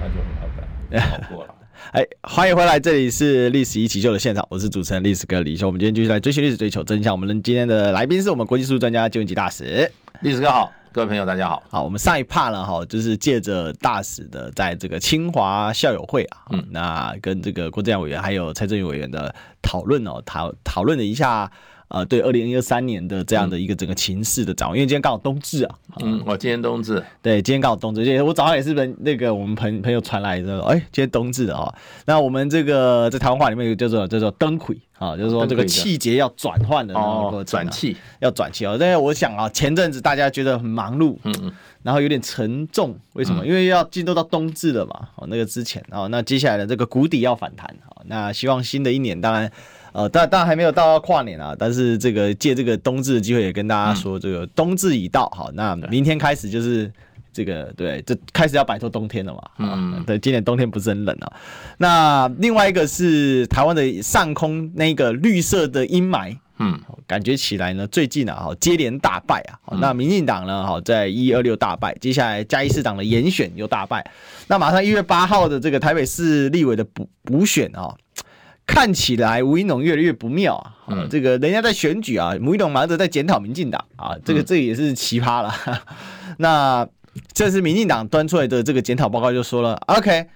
Speaker 3: 那就很好办，好过了。
Speaker 2: 哎，欢迎回来，这里是历史一起秀的现场，我是主持人历史哥李修。我们今天继续来追寻历史，追求真相。我们今天的来宾是我们国际事务专家究文吉大使。
Speaker 3: 历史哥好，各位朋友大家好。
Speaker 2: 好，我们上一趴呢，哈，就是借着大使的在这个清华校友会啊，那跟这个国政委员还有蔡正元委员的讨论哦，讨讨论了一下。呃，对二零二三年的这样的一个整个情势的展望，因为今天刚好冬至啊，
Speaker 3: 嗯，我今天冬至，
Speaker 2: 对，今天刚好冬至，而且我早上也是跟那个我们朋朋友传来的，哎，今天冬至了哦。那我们这个在台湾话里面有叫做叫做灯魁啊，就是说这个
Speaker 3: 灯魁是
Speaker 2: 气节要转换的那种
Speaker 3: 哦
Speaker 2: 过，程啊
Speaker 3: 转气，
Speaker 2: 要转气哦。但是我想啊，前阵子大家觉得很忙碌，
Speaker 3: 嗯嗯，
Speaker 2: 然后有点沉重，为什么？因为要进入到冬至了嘛，哦，那个之前哦，那接下来的这个谷底要反弹，哦，那希望新的一年当然。呃，当当然还没有到跨年啊，但是这个借这个冬至的机会，也跟大家说，这个冬至已到，好，那明天开始就是这个对，这开始要摆脱冬天了嘛，嗯，对，今年冬天不是很冷啊。那另外一个是台湾的上空那个绿色的阴霾，
Speaker 3: 嗯，
Speaker 2: 感觉起来呢，最近啊，哈，接连大败啊。好那民进党呢，哈，在一二六大败，接下来嘉义市长的严选又大败，那马上一月八号的这个台北市立委的补补选啊，看起来吴一农越来越不妙啊。好这个人家在选举啊，吴一农忙着在检讨民进党啊，这个这个也是奇葩了。 那这是民进党端出来的这个检讨报告就说了，OK。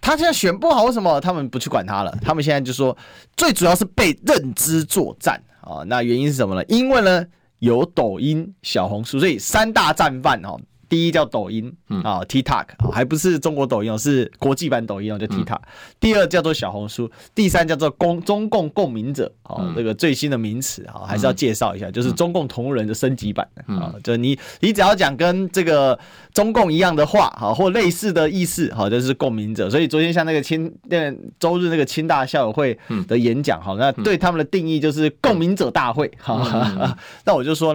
Speaker 2: 他现在选不好，为什么他们不去管他了？他们现在就说，最主要是被认知作战啊、那原因是什么呢？因为呢有抖音、小红书，所以三大战犯哦。第一叫抖音啊、TikTok 啊、还不是中国抖音哦，是国际版抖音哦，叫 TikTok、第二叫做小红书，第三叫做共中共共鸣者啊、哦这个最新的名词啊、还是要介绍一下，就是中共同路人的升级版啊、就你你只要讲跟这个中共一样的话啊、或类似的意思好、就是共鸣者。所以昨天像那个清那周日那个清大校友会的演讲好、那对他们的定义就是共鸣者大会哈、 那我就说，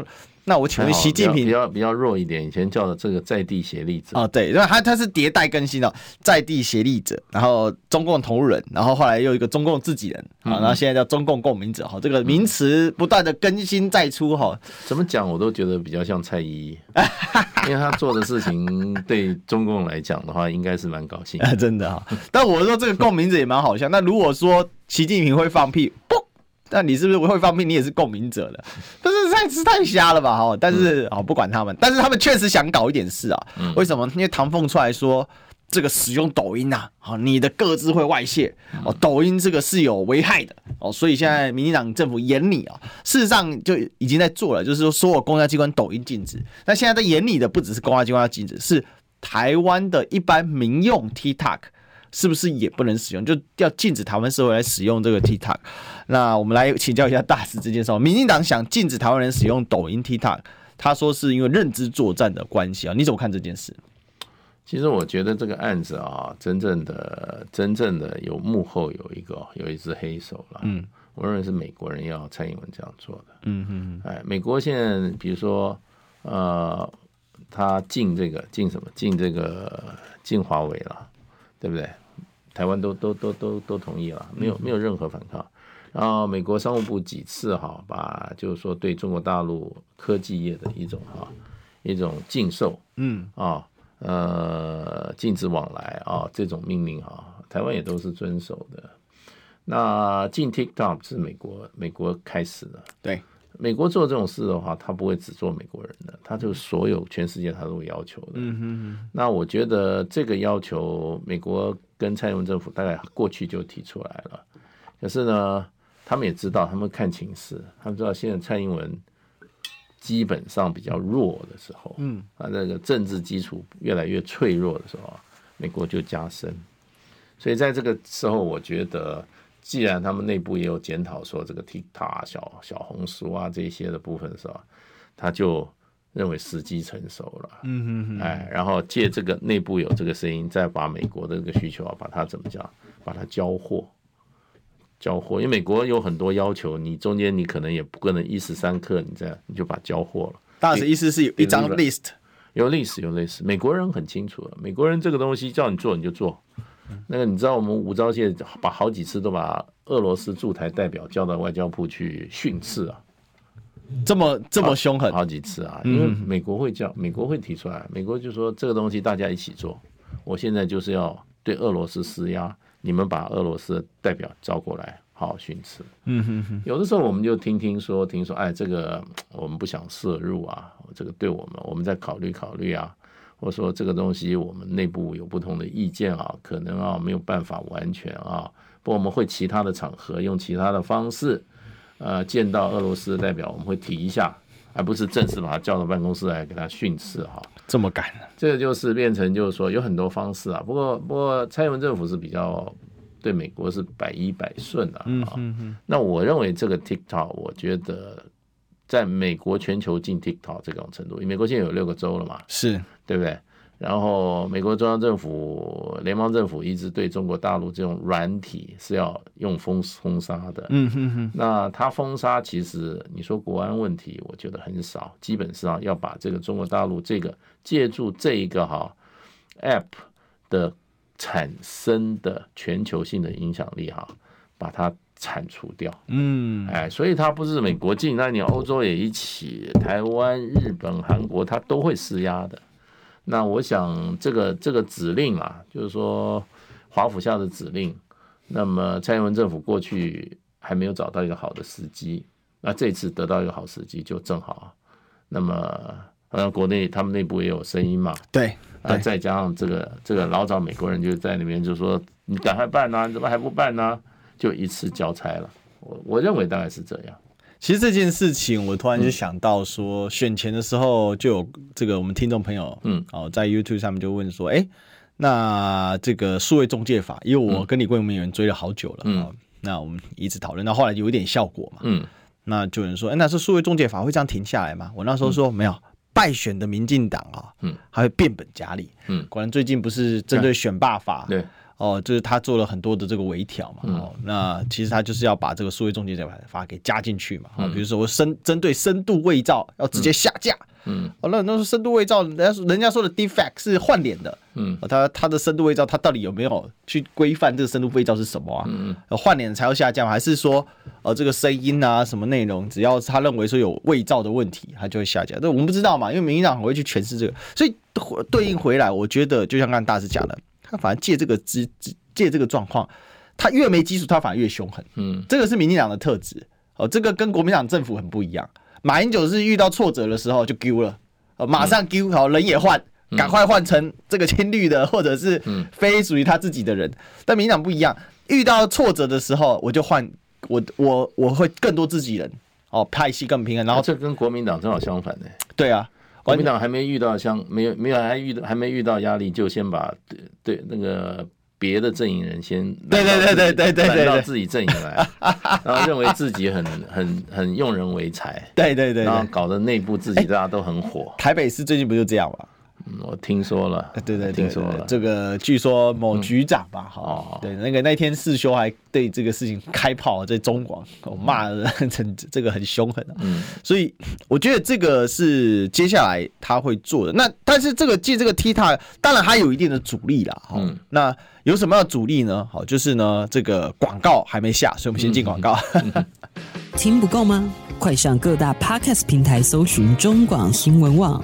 Speaker 2: 那我请问习近平
Speaker 3: 比较比较弱一点，以前叫这个在地协力者，
Speaker 2: 哦，对，因为它它是迭代更新的、哦，在地协力者，然后中共同路人，然后后来又一个中共自己人，啊、然后现在叫中共共鸣者，哈、这个名词不断的更新再出，哈、
Speaker 3: 怎么讲我都觉得比较像蔡依依，因为他做的事情对中共来讲的话，应该是蛮高兴的。
Speaker 2: 啊， 真的哈、但我说这个共鸣者也蛮好笑。那如果说习近平会放屁，不，那你是不是会放屁？你也是共鸣者的，但是太是太瞎了吧？哈，但是哦，不管他们，但是他们确实想搞一点事啊。为什么？因为唐凤出来说。这个使用抖音啊，好，你的各自会外泄哦，抖音这个是有危害的哦，所以现在民进党政府严你啊，事实上就已经在做了，就是说所有公家机关抖音禁止，那现在在严你的不只是公家机关要禁止，是台湾的一般民用 TikTok 是不是也不能使用？就要禁止台湾社会来使用这个 TikTok。那我们来请教一下大使这件事哦，民进党想禁止台湾人使用抖音 TikTok，他说是因为认知作战的关系啊，你怎么看这件事？
Speaker 3: 其实我觉得这个案子啊，真正的真正的有幕后有一个哦有一只黑手了。嗯，我认为是美国人要蔡英文这样做的。嗯嗯，哎，美国现在比如说呃，他禁这个禁什么禁这个禁华为了，对不对？台湾都都都都都同意了，没有没有任何反抗。然后美国商务部几次哈，把就是说对中国大陆科技业的一种哈一种禁售，
Speaker 2: 嗯
Speaker 3: 啊，呃，禁止往来啊，这种命令啊，台湾也都是遵守的。那禁 TikTok 是美国美国开始的，
Speaker 2: 对，
Speaker 3: 美国做这种事的话，他不会只做美国人的，他就所有全世界他都有要求的。
Speaker 2: 嗯哼
Speaker 3: 那我觉得这个要求，美国跟蔡英文政府大概过去就提出来了，可是呢，他们也知道，他们看情势，他们知道现在蔡英文基本上比较弱的时候，
Speaker 2: 嗯，
Speaker 3: 他那个政治基础越来越脆弱的时候啊，美国就加深。所以在这个时候，我觉得，既然他们内部也有检讨说这个 TikTok 啊、小小红书啊这些的部分是吧，他就认为时机成熟了。
Speaker 2: 嗯哼哼，
Speaker 3: 哎，然后借这个内部有这个声音，再把美国的这个需求啊，把它怎么讲，把它交货，交货，因为美国有很多要求，你中间你可能也不可能一时三刻你再你就把它交货了。
Speaker 2: 大使意思是有一张
Speaker 3: 比如说
Speaker 2: list，
Speaker 3: 有历史有历史，美国人很清楚了，美国人这个东西叫你做你就做。
Speaker 2: 嗯
Speaker 3: 那个你知道我们吴钊燮把好几次都把俄罗斯驻台代表叫到外交部去训斥啊，
Speaker 2: 这么这么凶狠，嗯
Speaker 3: 好几次啊，因为美国会叫，美国会提出来，美国就说这个东西大家一起做，我现在就是要对俄罗斯施压，你们把俄罗斯的代表招过来，好好训斥。
Speaker 2: 嗯哼哼，
Speaker 3: 有的时候我们就听听说，听说，哎，这个我们不想涉入啊，这个对我们，我们再考虑考虑啊，或者说这个东西我们内部有不同的意见啊，可能啊没有办法完全啊，不过我们会其他的场合用其他的方式，呃，见到俄罗斯的代表，我们会提一下，而不是正式把他叫到办公室来给他训斥哈、
Speaker 2: 这么敢，
Speaker 3: 这个就是变成就是说有很多方式啊。不过不过蔡英文政府是比较对美国是百依百顺的啊。
Speaker 2: 嗯
Speaker 3: 那我认为这个 TikTok，我觉得在美国全球进 TikTok 这种程度，因为美国现在有六个州了嘛，
Speaker 2: 是
Speaker 3: 对不对？然后美国中央政府、联邦政府一直对中国大陆这种软体是要用封封杀的。
Speaker 2: 嗯哼哼，
Speaker 3: 那它封杀其实你说国安问题，我觉得很少，基本上要把这个中国大陆这个借助这一个哈 App 的产生的全球性的影响力哈，把它铲除掉。
Speaker 2: 嗯，
Speaker 3: 哎，所以它不是美国进，那你欧洲也一起，台湾、日本、韩国，它都会施压的。那我想这个这个指令啊，就是说华府下的指令，那么蔡英文政府过去还没有找到一个好的时机，那这次得到一个好时机就正好。那么好像国内他们内部也有声音嘛，
Speaker 2: 对，
Speaker 3: 啊，
Speaker 2: 对
Speaker 3: 再加上这个这个老早美国人就在那边就说你赶快办啊呐、你怎么还不办呢、就一次交差了。我我认为大概是这样。
Speaker 2: 其实这件事情，我突然就想到说，选前的时候就有这个我们听众朋友，
Speaker 3: 嗯，
Speaker 2: 哦，在 YouTube 上面就问说，哎，那这个数位中介法，因为我跟李桂明远追了好久了，
Speaker 3: 嗯
Speaker 2: 哦，那我们一直讨论，到后来有一点效果嘛，
Speaker 3: 嗯
Speaker 2: 那就有人说，哎，那是数位中介法会这样停下来吗？我那时候说没有。败选的民进党啊，
Speaker 3: 嗯，
Speaker 2: 还会变本加厉，
Speaker 3: 嗯
Speaker 2: 果然最近不是针对选罢法，
Speaker 3: 对，
Speaker 2: 哦，就是他做了很多的这个微调嘛，
Speaker 3: 嗯
Speaker 2: 哦，那其实他就是要把这个数位中介法法给加进去嘛，哦
Speaker 3: 嗯，
Speaker 2: 比如说我深针对深度伪造要直接下架，
Speaker 3: 嗯
Speaker 2: 哦，那那说深度伪造，人家说人家说的 defect 是换脸的，
Speaker 3: 嗯
Speaker 2: 哦、他他的深度伪造他到底有没有去规范这个深度伪造是什么啊？
Speaker 3: 嗯
Speaker 2: 呃换脸才要下架吗？还是说呃这个声音啊什么内容，只要他认为说有伪造的问题，他就会下架？这我们不知道嘛，因为民进党很会去诠释这个，所以回对应回来，我觉得就像刚才大师讲的，他反而借这个之之借这个状况，他越没基础，他反而越凶狠。
Speaker 3: 嗯
Speaker 2: 这个是民进党的特质哦，这个跟国民党政府很不一样。马英九是遇到挫折的时候就丢了，呃，马上丢，好人也换，
Speaker 3: 嗯
Speaker 2: 赶快换成这个亲绿的或者是非属于他自己的人。但民进党不一样，遇到挫折的时候我就换，我我我会更多自己人哦，派系更平衡。然
Speaker 3: 然后
Speaker 2: 后
Speaker 3: 这跟国民党正好相反呢、
Speaker 2: 对啊，
Speaker 3: 国民党还没遇到像没有没有还遇到还没遇到压力，就先把对对那个别的阵营人先
Speaker 2: 对对对对对对对对
Speaker 3: 揽到自己阵营来，然后认为自己很很很用人为才，
Speaker 2: 对对对哎
Speaker 3: 然后
Speaker 2: 对，
Speaker 3: 搞得内部自己大家都很火。
Speaker 2: 台北市最近不就这样嘛？
Speaker 3: 嗯我听说了
Speaker 2: 呃，对对对
Speaker 3: 听说
Speaker 2: 对对
Speaker 3: 了，
Speaker 2: 这个据说某局长吧，哈、
Speaker 3: 哦
Speaker 2: 对，那个那天世修还对这个事情开炮，在中广，我、骂的很这个很凶狠、啊，
Speaker 3: 嗯
Speaker 2: 所以我觉得这个是接下来他会做的。那但是这个借这个 T 塔，当然它有一定的阻力啦，哈、
Speaker 3: 嗯
Speaker 2: 那有什么样的阻力呢？好，就是呢，这个广告还没下，所以我们先进广
Speaker 3: 嗯
Speaker 2: 告。
Speaker 5: 听不够吗？快上各大 podcast 平台搜寻中广新闻网，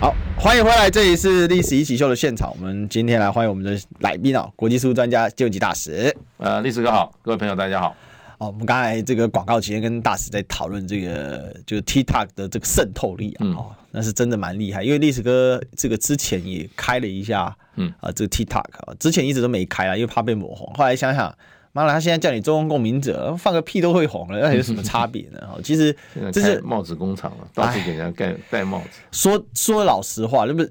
Speaker 2: 好，欢迎回来，这里是《历史一起秀》的现场。我们今天来欢迎我们的来宾啊，国际事务专家救急大使。
Speaker 3: 呃，历史哥好，各位朋友大家好。
Speaker 2: 哦，我们刚才这个广告期间跟大使在讨论这个就是 TikTok 的这个渗透力啊，
Speaker 3: 嗯
Speaker 2: 哦，那是真的蛮厉害。因为历史哥这个之前也开了一下，
Speaker 3: 嗯
Speaker 2: 啊、这个 TikTok 啊，之前一直都没开啊，因为怕被抹红。后来想想，妈的，他现在叫你中共共鸣者，放个屁都会红了，那有什么差别呢？ 哦，其实
Speaker 3: 现在
Speaker 2: 这
Speaker 3: 开
Speaker 2: 是哎
Speaker 3: 帽子工厂了，到处给人家盖戴帽子。
Speaker 2: 说说老实话，那不，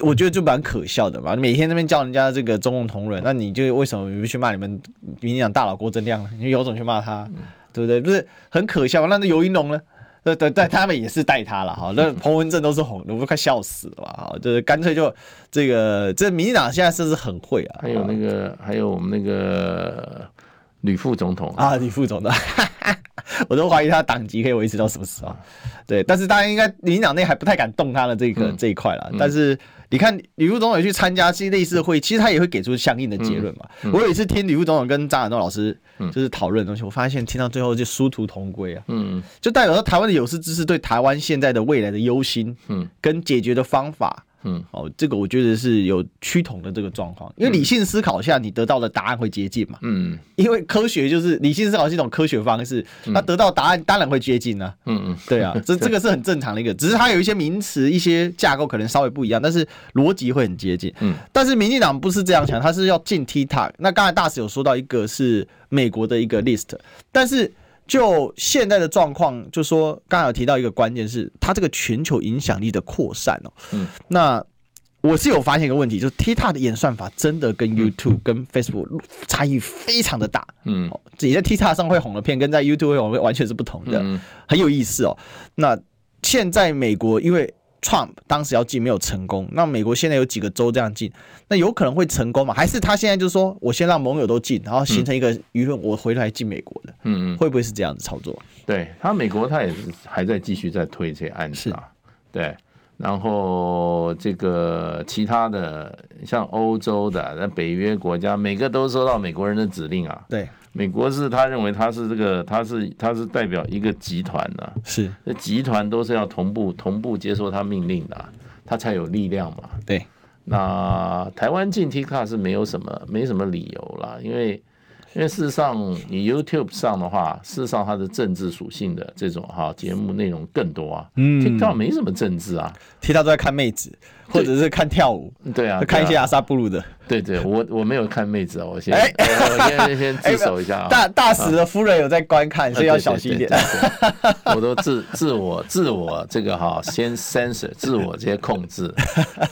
Speaker 2: 我觉得就蛮可笑的嘛。每天那边叫人家这个中共同仁，那你就为什么你不去骂你们民进党大佬郭正亮呢？你有种去骂
Speaker 3: 嗯
Speaker 2: 他，对不对？不是很可笑吗？那那尤一龙呢？对对对，他们也是带他了哈。那彭文正都是红的，我都快笑死了哈。就是干脆就这个，这民进党现在甚至很会啊。
Speaker 3: 还有那个，还有我们那个吕副总统，
Speaker 2: 啊，李副总的， 我都怀疑他党籍可以维持到什么时候。对，但是大家应该民进党内还不太敢动他的这
Speaker 3: 嗯
Speaker 2: 个、这一块了。但是你看李副总统也去参加这类似的会议，其实他也会给出相应的结论嘛。
Speaker 3: 嗯
Speaker 2: 我有一次听李副总统跟张亚东老师就是讨论的东西，我发现听到最后就殊途同归啊。
Speaker 3: 嗯，
Speaker 2: 就代表说台湾的有识之士对台湾现在的未来的忧心，
Speaker 3: 嗯，
Speaker 2: 跟解决的方法，
Speaker 3: 嗯，
Speaker 2: 哦，这个我觉得是有趋同的这个状况，因为理性思考下，你得到的答案会接近嘛，
Speaker 3: 嗯
Speaker 2: 因为科学就是理性思考是一种科学方式，那得到答案当然会接近啊，
Speaker 3: 嗯嗯，
Speaker 2: 对 啊，这这个是很正常的一个，只是它有一些名词、一些架构可能稍微不一样，但是逻辑会很接近。
Speaker 3: 嗯，
Speaker 2: 但是民进党不是这样想，他是要进 TikTok。那刚才大使有说到一个是美国的一个 list，但是就现在的状况，就说刚才有提到一个关键是它这个全球影响力的扩散哦。
Speaker 3: 嗯，
Speaker 2: 那。我是有发现一个问题，就是 TikTok 的演算法真的跟 YouTube、跟 Facebook 差异非常的大。
Speaker 3: 嗯
Speaker 2: 哦，自己在 TikTok 上会红的片，跟在 YouTube 会红的片完全是不同的，
Speaker 3: 嗯
Speaker 2: 很有意思哦。那现在美国因为 Trump 当时要进没有成功，那美国现在有几个州这样进，那有可能会成功吗？还是他现在就是说我先让盟友都进，然后形成一个舆论，我回来进美国的，
Speaker 3: 嗯嗯，
Speaker 2: 会不会是这样子操作？
Speaker 3: 对他美国他也是还在继续在推这些案子啊，对。然后这个其他的像欧洲的、那北约国家，每个都收到美国人的指令啊。
Speaker 2: 对，
Speaker 3: 美国是他认为他是这个，他是他是代表一个集团的、
Speaker 2: 是，
Speaker 3: 这集团都是要同步同步接受他命令的啊、他才有力量嘛。
Speaker 2: 对，
Speaker 3: 那台湾进 TikTok 是没有什么没什么理由啦，因为因为事实上你 YouTube 上的话，事实上它的政治属性的这种哈节目内容更多啊。
Speaker 2: 嗯
Speaker 3: TikTok 没什么政治啊，
Speaker 2: 提到都在看妹子，或者是看跳舞，
Speaker 3: 对啊，
Speaker 2: 看一些
Speaker 3: 对啊
Speaker 2: 阿萨布鲁的。
Speaker 3: 对对，我我没有看妹子啊，我先
Speaker 2: 哎
Speaker 3: 我先先 自首一下啊。
Speaker 2: 大大使的夫人有在观看，所以要小心一点。
Speaker 3: 对。对对对对我都自自我自我这个哈，先 censor 自我这些控 制。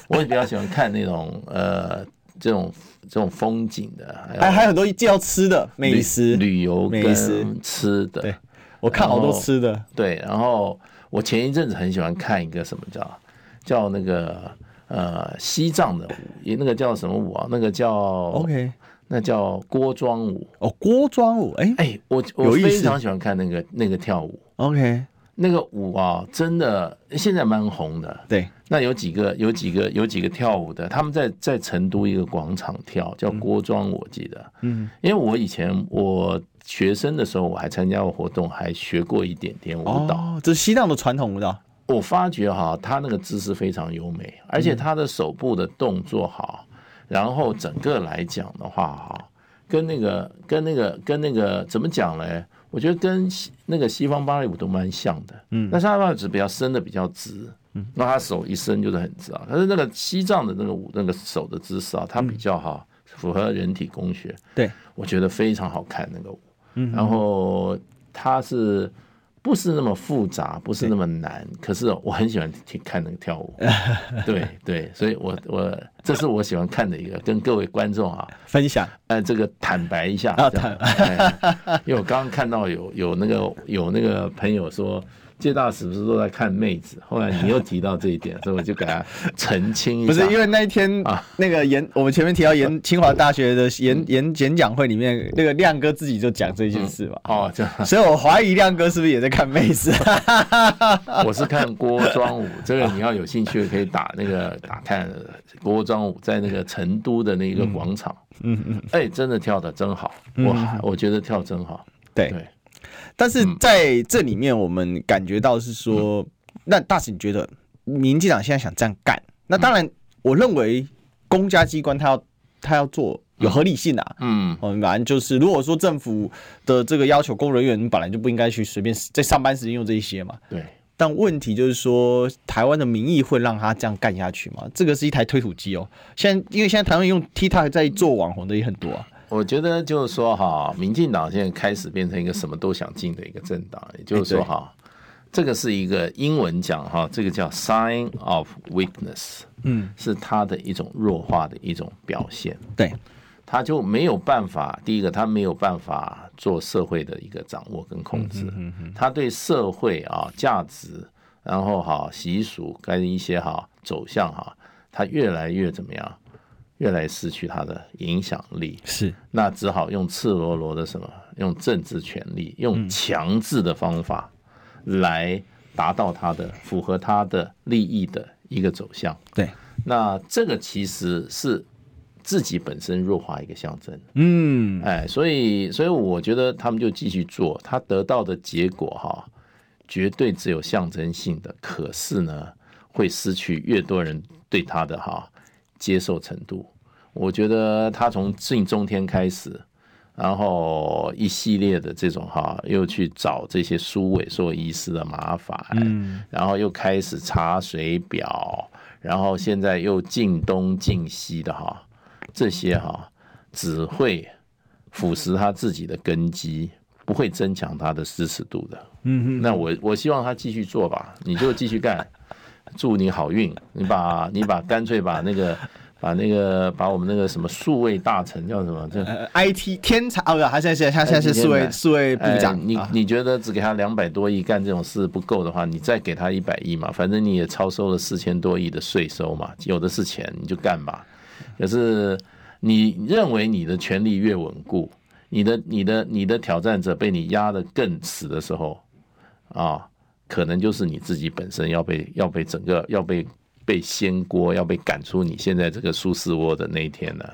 Speaker 3: 我也比较喜欢看那种呃这种这种风景的，
Speaker 2: 还还有
Speaker 3: 有
Speaker 2: 很多介绍吃的美
Speaker 3: 旅
Speaker 2: 食
Speaker 3: 旅游
Speaker 2: 美食，
Speaker 3: 跟吃的。
Speaker 2: 对我看好多吃的。
Speaker 3: 对，然后我前一阵子很喜欢看一个什么叫叫那个呃西藏的舞，也那个叫什么舞啊？那个叫
Speaker 2: OK，
Speaker 3: 那叫锅庄舞。
Speaker 2: 哦，锅庄舞，哎、
Speaker 3: 哎，我我
Speaker 2: 有意思
Speaker 3: 非常喜欢看那个那个跳舞。
Speaker 2: o k
Speaker 3: 那个舞啊，真的现在蛮红的。
Speaker 2: 对，
Speaker 3: 那有几个、有几个、有几个跳舞的，他们在在成都一个广场跳，叫锅庄，我记得。
Speaker 2: 嗯，
Speaker 3: 因为我以前我学生的时候，我还参加过活动，还学过一点点舞蹈。
Speaker 2: 哦，这是西藏的传统舞蹈，
Speaker 3: 我发觉哈，他那个姿势非常优美，而且他的手部的动作好，然后整个来讲的话哈，跟那个跟那个跟那个怎么讲嘞？我觉得跟西那个西方芭蕾舞都蛮像的，嗯，但是他芭蕾舞比较伸的比较直，嗯，那他手一伸就是很直啊。但是那个西藏的那个舞那个手的姿势啊，它比较好，符合人体工学，
Speaker 2: 对，
Speaker 3: 我觉得非常好看那个舞，
Speaker 2: 嗯
Speaker 3: 然后它是不是那么复杂，不是那么难，可是我很喜欢听看那个 跳舞，对对，所以我我这是我喜欢看的一个，跟各位观众啊，
Speaker 2: 分享
Speaker 3: 呃，这个坦白一下，
Speaker 2: 啊
Speaker 3: 这样哎因为我刚刚看到有有那个有那个朋友说介大使不是都在看妹子？后来你又提到这一点，所以我就给他澄清一下。
Speaker 2: 不是因为那一天
Speaker 3: 啊
Speaker 2: 那个演，我们前面提到演清华大学的演演演讲会里面，那个亮哥自己就讲这件事嘛。
Speaker 3: 哦，这样
Speaker 2: 所以我怀疑亮哥是不是也在看妹 子？
Speaker 3: 我是看郭庄武，这个你要有兴趣可以打那个打探郭庄武在那个成都的那个广场，
Speaker 2: 嗯嗯，
Speaker 3: 哎，真的跳的真好，哇，我觉得跳真好，
Speaker 2: 对。
Speaker 3: 对，
Speaker 2: 但是在这里面，我们感觉到是说，那大使你觉得民进党现在想这样干？那当然，我认为公家机关他要他要做有合理性啊。
Speaker 3: 嗯
Speaker 2: 我们反正就是，如果说政府的这个要求，公务人员本来就不应该去随便在上班时间用这一些嘛。
Speaker 3: 对，
Speaker 2: 但问题就是说，台湾的民意会让他这样干下去吗？这个是一台推土机哦。现在因为现在台湾用 TikTok 在做网红的也很多啊。
Speaker 3: 我觉得就是说哈，民进党现在开始变成一个什么都想进的一个政党，也就是说哈，这个是一个英文讲哈，这个叫 sign of weakness，
Speaker 2: 嗯，
Speaker 3: 是它的一种弱化的一种表现。
Speaker 2: 对，
Speaker 3: 他就没有办法，第一个他没有办法做社会的一个掌握跟控制，他对社会啊价值，然后哈、习俗跟一些哈、走向哈、他越来越怎么样，越来失去他的影响力，
Speaker 2: 是
Speaker 3: 那只好用赤裸裸的什么，用政治权力，
Speaker 2: 嗯
Speaker 3: 用强制的方法来达到他的符合他的利益的一个走向。
Speaker 2: 对，
Speaker 3: 那这个其实是自己本身弱化一个象征，
Speaker 2: 嗯，
Speaker 3: 哎，所以所以我觉得他们就继续做，他得到的结果哈，绝对只有象征性的，可是呢，会失去越多人对他的哈接受程度。我觉得他从近中天开始，然后一系列的这种哈，又去找这些苏伟硕医师的麻烦，然后又开始查水表，然后现在又进东进西的哈，这些哈只会腐蚀他自己的根基，不会增强他的支持度的。嗯嗯，那我我希望他继续做吧，你就继续干，祝你好运。你把你把干脆把那个。把那个把我们那个什么数位大臣叫什么？这
Speaker 2: 呃，IT 天才哦，不，他现在现在
Speaker 3: 呃
Speaker 2: 他现在是四位四位部长
Speaker 3: 哎，你
Speaker 2: 啊
Speaker 3: 你觉得只给他两百多亿干这种事不够的话，你再给他一百亿嘛，反正你也超收了四千多亿的税收嘛，有的是钱，你就干吧。可是你认为你的权力越稳固，你的你的你的挑战者被你压得更死的时候，啊，可能就是你自己本身要被要被整个要被被掀锅，要被赶出你现在这个舒适窝的那一天了。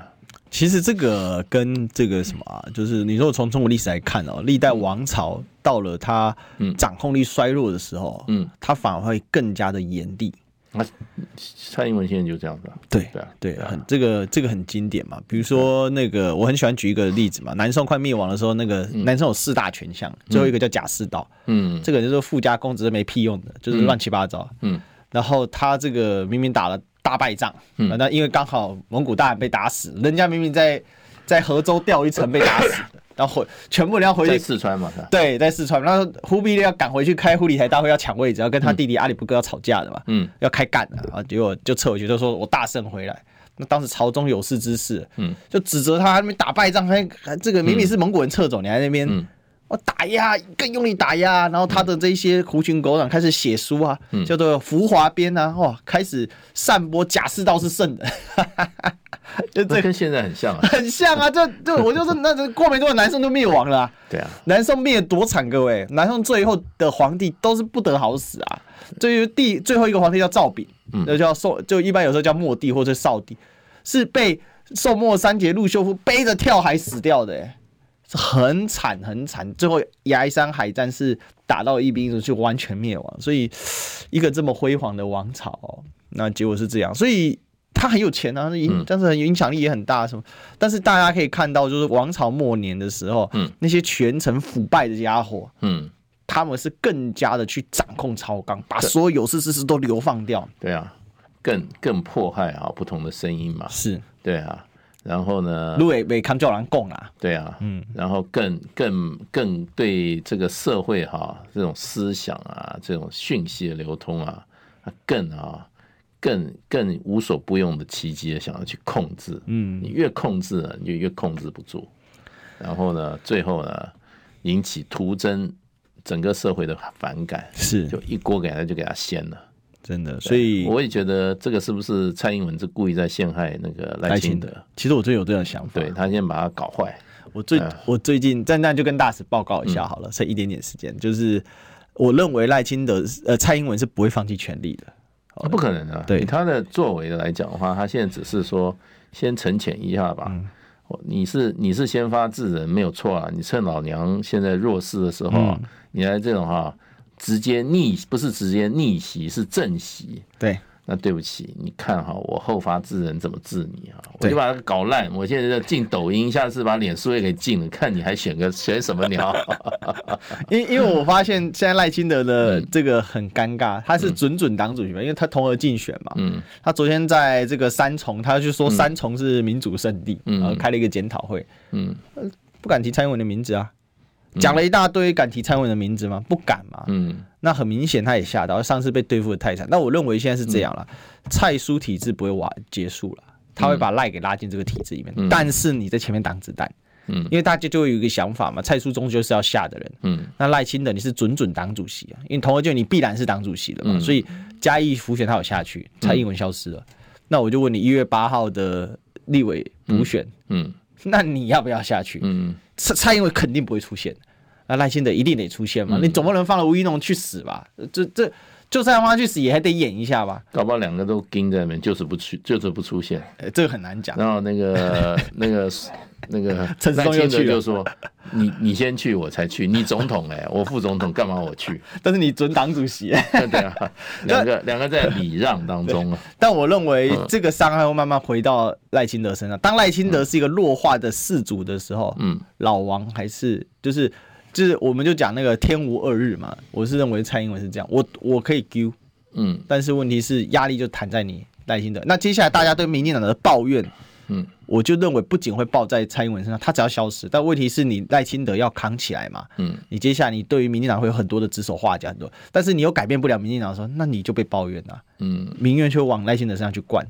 Speaker 2: 其实这个跟这个什么啊，就是你说从中国历史来看哦，历代王朝到了它掌控力衰弱的时候，
Speaker 3: 嗯，
Speaker 2: 它反而会更加的严厉。
Speaker 3: 啊，蔡英文现在就这样子、啊。
Speaker 2: 对
Speaker 3: 对啊
Speaker 2: 对，
Speaker 3: 对啊
Speaker 2: 很这个这个很经典嘛。比如说那个，我很喜欢举一个例子嘛，南宋快灭亡的时候，那个南宋有四大权相，最后一个叫贾似道，
Speaker 3: 嗯
Speaker 2: 这个人就是富家公子是没屁用的，就是乱七八糟。
Speaker 3: 嗯
Speaker 2: 然后他这个明明打了大败仗，
Speaker 3: 嗯
Speaker 2: 那因为刚好蒙古大汗被打死，人家明明在在河州掉一城被打死，然后回全部人要回
Speaker 3: 在
Speaker 2: 去
Speaker 3: 四川嘛，是吧？
Speaker 2: 对，在四川，那忽必烈要赶回去开忽里台大会，要抢位置，要跟他弟弟阿里不哥要吵架的嘛，
Speaker 3: 嗯，
Speaker 2: 要开干的啊，结果就撤回去，就说我大胜回来。那当时朝中有识之士，
Speaker 3: 嗯，
Speaker 2: 就指责他他那边打败仗，还还这个明明是蒙古人撤走，你还在那边
Speaker 3: 嗯
Speaker 2: 我打压，更用力打压，然后他的这些狐群狗党开始写书啊，
Speaker 3: 嗯
Speaker 2: 叫做《浮华篇》啊，哇，开始散播假释道是圣人，就
Speaker 3: 这
Speaker 2: 这个。
Speaker 3: 跟现在很像啊
Speaker 2: 很像啊，这这我就是那这过没多久南宋就灭亡了啊、
Speaker 3: 对啊，
Speaker 2: 南宋灭多惨，各位！南宋最后的皇帝都是不得好死啊。最第最后一个皇帝叫赵昺，那、叫宋，就一般有时候叫末帝或者少帝，是被宋末三杰陆秀夫背着跳海死掉的、欸，是很惨很惨。最后崖山海战是打到一兵一卒就完全灭亡，所以一个这么辉煌的王朝、哦，那结果是这样，所以。他很有钱啊，那影
Speaker 3: 嗯
Speaker 2: 但是很影响力也很大，什么？但是大家可以看到，就是王朝末年的时候，
Speaker 3: 嗯
Speaker 2: 那些全城腐败的家伙，
Speaker 3: 嗯，
Speaker 2: 他们是更加的去掌控朝纲，把所有有事之士都流放掉。
Speaker 3: 对啊，更更迫害啊不同的声音嘛。
Speaker 2: 是，
Speaker 3: 对啊，然后呢？
Speaker 2: 卢伟伟康叫人供啊，
Speaker 3: 对啊，嗯，然后更更更对这个社会哈、这种思想啊，这种讯息的流通啊，啊更啊更更无所不用的奇迹地想要去控制，嗯，你越控制呢，你就越控制不住，然后呢，最后呢，引起徒增整个社会的反感，
Speaker 2: 是
Speaker 3: 就一锅给他就给他掀了。
Speaker 2: 真的，所以
Speaker 3: 我也觉得这个是不是蔡英文是故意在陷害那个赖
Speaker 2: 赖
Speaker 3: 清
Speaker 2: 清
Speaker 3: 德？
Speaker 2: 德，其实我最有这样的嗯想法。
Speaker 3: 对他先把他搞坏，
Speaker 2: 我最、
Speaker 3: 哎
Speaker 2: 我最近在那就跟大使报告一下好了，剩一点点时间，就是我认为赖清德是呃蔡英文是不会放弃权力的，
Speaker 3: 他不可能啊！
Speaker 2: 对
Speaker 3: 以他的作为来讲的话，他现在只是说先沉潜一下
Speaker 2: 嗯
Speaker 3: 吧。我你是你是先发制人没有错啊！你趁老娘现在弱势的时候
Speaker 2: 嗯
Speaker 3: 啊，你来这种哈、直接逆不是直接逆袭是正袭。
Speaker 2: 对，
Speaker 3: 那对不起，你看哈，我后发制人怎么治你啊？我
Speaker 2: 对
Speaker 3: 就把它搞烂，我现在就进抖音，下次把脸书也给禁了，看你还选个选什么鸟？
Speaker 2: 因因为我发现现在赖清德
Speaker 3: 嗯
Speaker 2: 的这个很尴尬，他是准准党主席嘛，因为他同额竞选嘛，
Speaker 3: 嗯
Speaker 2: 他昨天在这个三重，他就说三重是民主圣地，
Speaker 3: 嗯
Speaker 2: 然后开了一个检讨会，
Speaker 3: 嗯
Speaker 2: 不敢提蔡英文的名字啊，讲了一大堆，敢提蔡英文的名字吗？不敢嘛，
Speaker 3: 嗯
Speaker 2: 那很明显他也吓到，上次被对付的太惨。那我认为现在是这样了，
Speaker 3: 嗯
Speaker 2: 蔡叔体制不会瓦结束了，他会把赖给拉进这个体制里面。但是你在前面挡子弹，
Speaker 3: 嗯
Speaker 2: 因为大家就会有一个想法嘛，蔡叔终究是要下的人。
Speaker 3: 嗯
Speaker 2: 那赖清德你是准准党主席啊，因为同而就你必然是党主席的嘛，
Speaker 3: 嗯
Speaker 2: 所以嘉义浮选他有下去，蔡英文消失了。那我就问你，一月八号的立委补选，
Speaker 3: 嗯
Speaker 2: 那你要不要下去？
Speaker 3: 嗯
Speaker 2: 蔡蔡英文肯定不会出现，那赖清德一定得出现嘛？你总不能放了吴一农去死吧？这这就算让他去死，也还得演一下吧？
Speaker 3: 搞不好两个都盯在那边，就是不去，就是不出现。
Speaker 2: 呃，这个很难讲。
Speaker 3: 然后那个那个那个
Speaker 2: 陈世
Speaker 3: 赖
Speaker 2: 忠又
Speaker 3: 清
Speaker 2: 去
Speaker 3: 德
Speaker 2: 了
Speaker 3: 就说：“你你先去，我才去。你总统哎、我副总统干嘛我去
Speaker 2: 但是你准党主席，？”
Speaker 3: 对啊，两个两个在礼让当中啊。
Speaker 2: 但我认为这个伤害会慢慢回到赖清德身上。当赖清德是一个弱化的氏族的时候，
Speaker 3: 嗯，
Speaker 2: 老王还是就是就是，我们就讲那个天无二日嘛。我是认为蔡英文是这样，我我可以丢，
Speaker 3: 嗯
Speaker 2: 但是问题是压力就弹在你耐心的。那接下来大家对民进党的抱怨，
Speaker 3: 嗯，
Speaker 2: 我就认为不仅会抱在蔡英文身上，他只要消失，但问题是你赖清德要扛起来嘛，
Speaker 3: 嗯，
Speaker 2: 你接下来你对于民进党会有很多的指手画脚，很多，但是你又改变不了民进党的时候，那你就被抱怨了、
Speaker 3: 嗯
Speaker 2: 民怨却往赖清德身上去灌。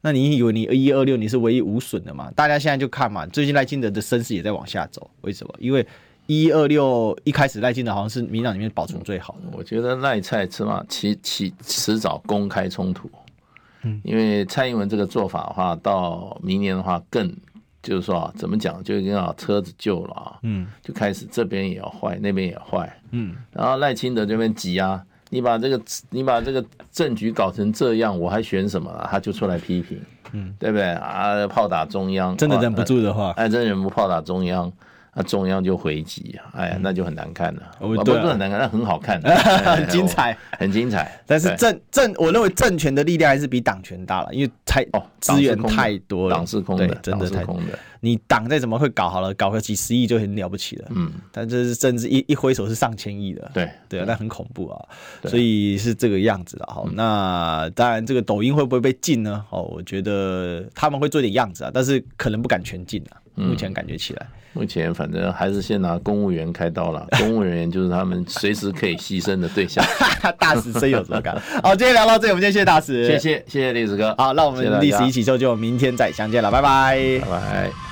Speaker 2: 那你以为你一二六你是唯一无损的嘛？大家现在就看嘛，最近赖清德的声势也在往下走，为什么？因为一二六一开始赖清德好像是民进党里面保存最好的，
Speaker 3: 我觉得赖蔡吃嘛，迟迟迟早公开冲突。
Speaker 2: 嗯
Speaker 3: 因为蔡英文这个做法的话，到明年的话更就是说、啊、怎么讲，就已经啊车子旧了啊，
Speaker 2: 嗯，
Speaker 3: 就开始这边也要坏，那边也坏，
Speaker 2: 嗯，
Speaker 3: 然后赖清德这边急啊，你把这个你把这个政局搞成这样，我还选什么啊？他就出来批评，嗯，对不对啊？炮打中央，
Speaker 2: 真的
Speaker 3: 啊
Speaker 2: 忍不住的话，
Speaker 3: 哎，真人不炮打中央，那、中央就回击，哎呀，那就很难看了。
Speaker 2: 嗯哦
Speaker 3: 啊不
Speaker 2: 对啊
Speaker 3: 是很难看，那很 好看
Speaker 2: 很精彩，
Speaker 3: 哎我很精彩。
Speaker 2: 但是
Speaker 3: 对
Speaker 2: 政政，我认为政权的力量还是比党权大了，因为太
Speaker 3: 哦，
Speaker 2: 资源
Speaker 3: 党是空的
Speaker 2: 太多了，
Speaker 3: 党是空的，
Speaker 2: 对，真的
Speaker 3: 党
Speaker 2: 太
Speaker 3: 是。空的。
Speaker 2: 你党再怎么会搞好了，搞个几十亿就很了不起了，
Speaker 3: 嗯，
Speaker 2: 但这是政治一一挥手是上千亿的，
Speaker 3: 对
Speaker 2: 对啊，那很恐怖啊，
Speaker 3: 嗯对嗯
Speaker 2: 所以是这个样子的哈。那当然，这个抖音会不会被禁呢？哦，我觉得他们会做点样子啊，但是可能不敢全禁啊，
Speaker 3: 嗯
Speaker 2: 目前感觉起来。
Speaker 3: 目前反正还是先拿公务员开刀了，公务人员就是他们随时可以牺牲的 对象。
Speaker 2: 大使深有所感。好，今天聊到这里，我们今天谢谢大使，
Speaker 3: 谢。谢谢谢栗子哥，
Speaker 2: 好，那我们
Speaker 3: 谢谢大家
Speaker 2: 历史一起搜，就明天再相见了，拜拜
Speaker 3: 拜拜。